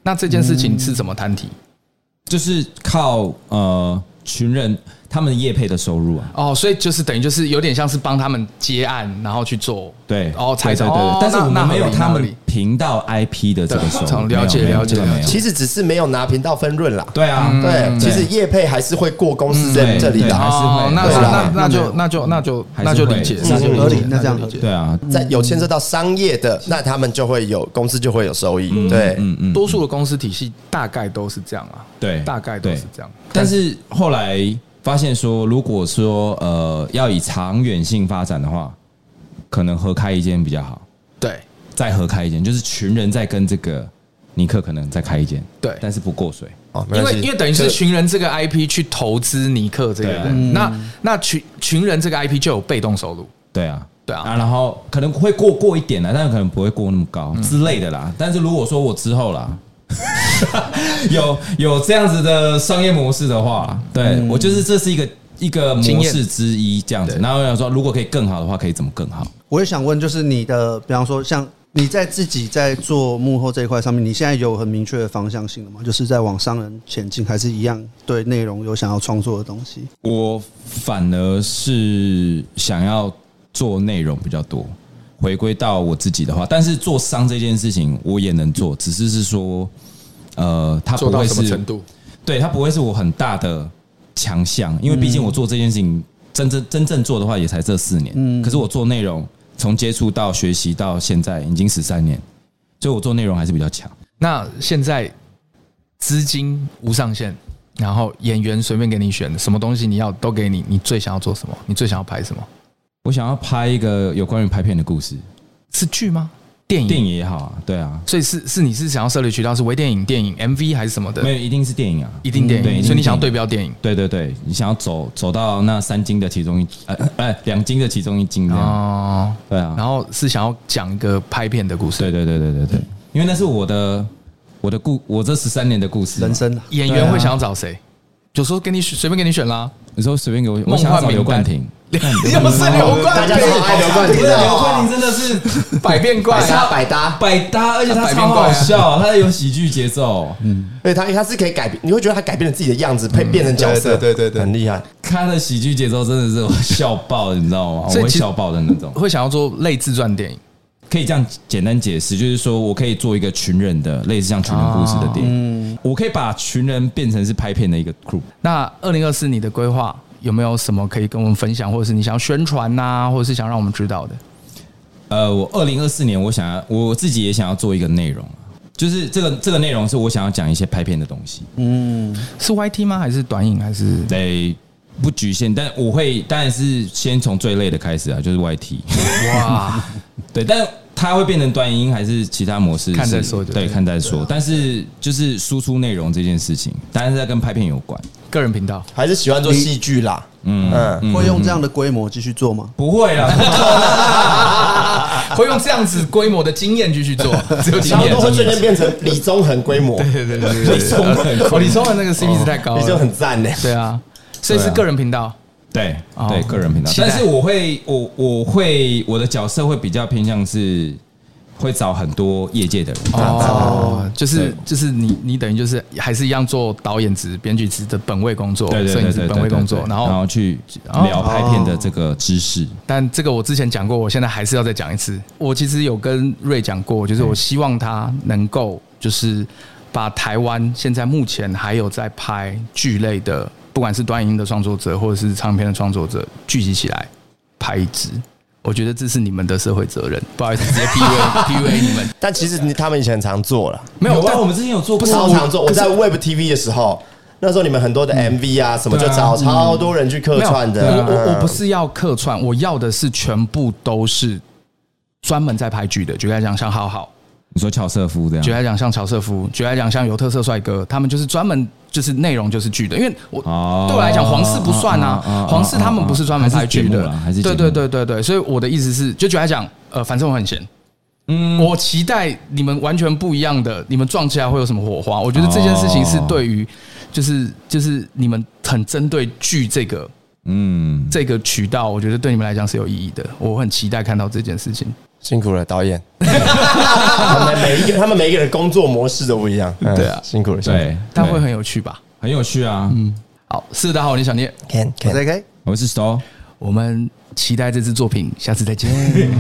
Speaker 4: 那这件事情是怎么摊
Speaker 5: 嗯
Speaker 4: 提？
Speaker 5: 就是靠呃群人他们业配的收入啊。
Speaker 4: 哦，所以就是等于就是有点像是帮他们接案，然后去做
Speaker 5: 对，
Speaker 4: 哦，
Speaker 5: 对
Speaker 4: 才
Speaker 5: 对
Speaker 4: 找
Speaker 5: 对
Speaker 4: 哦
Speaker 5: 对，但是
Speaker 4: 那
Speaker 5: 我
Speaker 4: 那
Speaker 5: 们
Speaker 4: 合
Speaker 5: 没
Speaker 4: 理
Speaker 5: 有他
Speaker 4: 那合理
Speaker 5: 们频道 IP 的这个收入，
Speaker 4: 对了解
Speaker 5: 没有
Speaker 4: 了解
Speaker 5: 没有没有
Speaker 4: 了解嗯
Speaker 5: 没有
Speaker 2: 其实只是没有拿频道分润啦。
Speaker 5: 对啊，
Speaker 2: 对，其实
Speaker 5: 对
Speaker 2: 业配还是会过公司这
Speaker 5: 嗯
Speaker 2: 这里
Speaker 5: 对
Speaker 2: 的，
Speaker 5: 还是会
Speaker 4: 哦，那
Speaker 2: 对
Speaker 4: 那
Speaker 2: 啦
Speaker 4: 那那就那就那就
Speaker 5: 还是
Speaker 4: 那就
Speaker 5: 会
Speaker 4: 理解，
Speaker 5: 嗯
Speaker 4: 那就理解
Speaker 3: 合理那这样
Speaker 4: 就理解
Speaker 3: 合理
Speaker 5: 对啊，
Speaker 2: 在有牵涉到商业的，那他们就会有公司就会有收益。对，
Speaker 5: 嗯嗯，
Speaker 4: 多数的公司体系大概都是这样啊，
Speaker 5: 对
Speaker 4: 大概都
Speaker 5: 对
Speaker 4: 是这样。
Speaker 5: 但是后来发现说，如果说呃要以长远性发展的话，可能合开一间比较好，
Speaker 4: 对
Speaker 5: 再合开一间，就是群人再跟这个尼克可能再开一间，
Speaker 4: 对
Speaker 5: 但是不过水，
Speaker 2: 哦，没
Speaker 4: 因
Speaker 2: 关
Speaker 4: 为
Speaker 2: 系
Speaker 4: 因为等于是群人这个 IP 去投资尼克这个
Speaker 5: 对啊
Speaker 4: 人，那那群群人这个 IP 就有被动收入，
Speaker 5: 对啊。
Speaker 4: 对啊
Speaker 5: 然后可能会过过一点啦，但是可能不会过那么
Speaker 4: 嗯
Speaker 5: 高之类的啦。但是如果说我之后啦， [laughs] 有有这样子的商业模式的话，对我就是这是一个一个
Speaker 4: 经
Speaker 5: 模
Speaker 4: 嗯验
Speaker 5: 式之一这样子。
Speaker 4: 对
Speaker 5: 然后我想说，如果可以更好的话，可以怎么更好？
Speaker 3: 我也想问，就是你的，比方说像你在自己在做幕后这一块上面，你现在有很明确的方向性了吗？就是在往商人前进，还是一样对内容有想要创作的东西？
Speaker 5: 我反而是想要做内容比较多，回归到我自己的话，但是做商这件事情我也能做，只是是说，呃，它
Speaker 4: 做
Speaker 5: 不
Speaker 4: 到
Speaker 5: 会
Speaker 4: 什么
Speaker 5: 是
Speaker 4: 程度？
Speaker 5: 对它不会是我很大的强项，因为毕竟我做这件事情
Speaker 4: 嗯
Speaker 5: 真正真正做的话也才这四年，可是我做内容从接触到学习到现在已经十三年，所以我做内容还是比较强。
Speaker 4: 那现在资金无上限，然后演员随便给你选，什么东西你要都给你，你最想要做什么？你最想要拍什么？
Speaker 5: 我想要拍一个有关于拍片的故事，
Speaker 4: 是剧吗？电影？
Speaker 5: 电影也好啊，对啊，
Speaker 4: 所以是是你是想要涉猎渠道是微电影、电影、MV 还是什么的
Speaker 5: 没？有一定是电影啊，
Speaker 4: 一定电
Speaker 5: 对一
Speaker 4: 影，
Speaker 5: 定
Speaker 4: 所以你想要
Speaker 5: 电
Speaker 4: 对
Speaker 5: 影
Speaker 4: 标电影
Speaker 5: 对对对，你想要走走到那三金的其中一呃呃两金的其中一金这样，
Speaker 4: 哦。
Speaker 5: 对啊，
Speaker 4: 然后是想要讲一个拍片的故事，
Speaker 5: 对对对对对对，因为那是我的我的故我这十三年的故事嘛
Speaker 3: 人，生啊
Speaker 4: 演员会想要找谁？有时候给你选随便给你选啦，
Speaker 5: 你说随便给我，
Speaker 4: 名
Speaker 5: 我想要找
Speaker 4: 单
Speaker 5: 刘冠廷，
Speaker 4: 又是刘
Speaker 2: 大
Speaker 4: 冠
Speaker 2: 家超爱刘冠廷的
Speaker 5: 刘
Speaker 2: 哦，
Speaker 5: 冠廷真的是
Speaker 4: 廷，百变怪啊
Speaker 2: 百搭百搭，
Speaker 5: [laughs] 百搭，而且他
Speaker 4: 百变
Speaker 5: 超
Speaker 4: 怪
Speaker 5: 好
Speaker 4: 啊嗯
Speaker 5: 笑，他有喜剧节奏，
Speaker 2: 而且他他是可以改变，你会觉得他改变了自己的样子，配变成角色，
Speaker 3: 对对对对
Speaker 2: 很厉害。
Speaker 5: 他的喜剧节奏真的是我 [laughs] 笑爆，你知道吗？
Speaker 4: 所
Speaker 5: 我
Speaker 4: 以
Speaker 5: 会
Speaker 4: 其实
Speaker 5: 笑爆的那种。
Speaker 4: 会想要做类自传电影，
Speaker 5: 可以这样简单解释，就是说我可以做一个群人的类似像群人故事
Speaker 4: 啊
Speaker 5: 的电
Speaker 4: 嗯
Speaker 5: 影，我可以把群人变成是拍片的一个 group。
Speaker 4: 那二零二四你的规划有没有什么可以跟我们分享，或者是你想要宣传呐、或者是想让我们知道的？
Speaker 5: 呃，我二零二四年我想要我自己也想要做一个内容啊，就是这个这个内容是我想要讲一些拍片的东西，
Speaker 4: 嗯是 YT 吗？还是短影？还是
Speaker 5: 对，不局限，但我会当然是先从最累的开始啊，就是 YT， [laughs]
Speaker 4: 哇？
Speaker 5: 对，但它会变成短音还是其他模式是，
Speaker 4: 看再说就对
Speaker 5: 对，啊看再说，但是就是输出内容这件事情，当然是在跟拍片有关，
Speaker 4: 个人频道 [laughs]
Speaker 2: 还是喜欢做戏剧啦。嗯嗯，
Speaker 3: 会用这样的规模继续做吗？
Speaker 5: 不会啦， [laughs]
Speaker 4: 会用这样子规模的经验继续
Speaker 5: [laughs]
Speaker 4: 做，只有经
Speaker 2: 然后
Speaker 4: 验
Speaker 2: 都。会瞬间变成李宗恒规模，
Speaker 4: 对对对对对，李宗恒，李宗恒那个 CP 值太高了，
Speaker 2: 李宗很赞呢。
Speaker 4: 对啊，所以是个人频道。
Speaker 5: 对
Speaker 4: 哦
Speaker 5: 对，个人频道，
Speaker 4: 期待
Speaker 5: 但是我会我我会我的角色会比较偏向是会找很多业界的人。
Speaker 4: 哦，就是
Speaker 5: 对
Speaker 4: 就是你你等于就是还是一样做导演职、编剧职的本位工作，
Speaker 5: 对对
Speaker 4: 摄
Speaker 5: 对
Speaker 4: 影
Speaker 5: 对
Speaker 4: 师
Speaker 5: 对，
Speaker 4: 本位工作
Speaker 5: 对，对
Speaker 4: 然
Speaker 5: 然
Speaker 4: 后
Speaker 5: 后去聊拍片的这个知识，
Speaker 4: 但这个我之前讲过，我现在还是要再讲一次。我其实有跟瑞讲过，
Speaker 2: 嗯
Speaker 4: 就是我希望他能够就是把台湾现在目前还有在拍剧类的，不管是短影音的创作者或者是唱片的创作者聚集起来拍一支。我觉得这是你们的社会责任，不好意思，直接
Speaker 2: [laughs]
Speaker 4: PUA PUA 你们。
Speaker 2: 但其实你他们以前很常做了，
Speaker 4: 没有，
Speaker 5: 啊，
Speaker 4: 但
Speaker 5: 我们之前有做
Speaker 2: 不
Speaker 5: 过，
Speaker 2: 超常做。我在 Web TV 的时候，那时候你们很多的 MV 啊什么，就
Speaker 5: 对啊
Speaker 2: 找超多人去客
Speaker 4: 没有
Speaker 2: 串的。
Speaker 4: 我我我不
Speaker 2: 嗯
Speaker 4: 是要客串，我要的是全部都是专门在拍剧的。举例来讲，像浩浩，
Speaker 5: 你说乔瑟夫这
Speaker 4: 举例
Speaker 5: 样，
Speaker 4: 来讲像乔瑟夫，举例来讲像有特色帅哥，他们就是专门就是内容就是剧的。因为我
Speaker 5: 哦
Speaker 4: 对我来讲，黄氏不算
Speaker 5: 哦哦
Speaker 4: 啊
Speaker 5: 哦，
Speaker 4: 黄氏他们不是专门拍剧
Speaker 5: 还是节目
Speaker 4: 的
Speaker 5: 啦还是，节
Speaker 4: 对
Speaker 5: 目
Speaker 4: 对对对对。所以我的意思是，就举例来讲，呃，反正我很闲。嗯，我期待你们完全不一样的，你们撞起来会有什么火花？我觉得这件事情是
Speaker 5: 哦
Speaker 4: 对于，就是就是你们很针对剧这个
Speaker 5: 嗯，
Speaker 4: 这个渠道，我觉得对你们来讲是有意义的。我很期待看到这件事情。
Speaker 2: 辛苦了，导演。他们每一个他们每一个人工作模式都不一样。嗯
Speaker 4: 对啊
Speaker 2: 辛苦了。
Speaker 5: 对，
Speaker 4: 但会
Speaker 5: 对
Speaker 4: 很嗯有趣吧？
Speaker 5: 很有趣啊。
Speaker 4: 好，是的，好，我是小聂，
Speaker 2: ，Can
Speaker 3: 我
Speaker 2: Can
Speaker 3: 是 K，
Speaker 5: 我是 Sto，
Speaker 4: 我们期待这支作品，下次再见。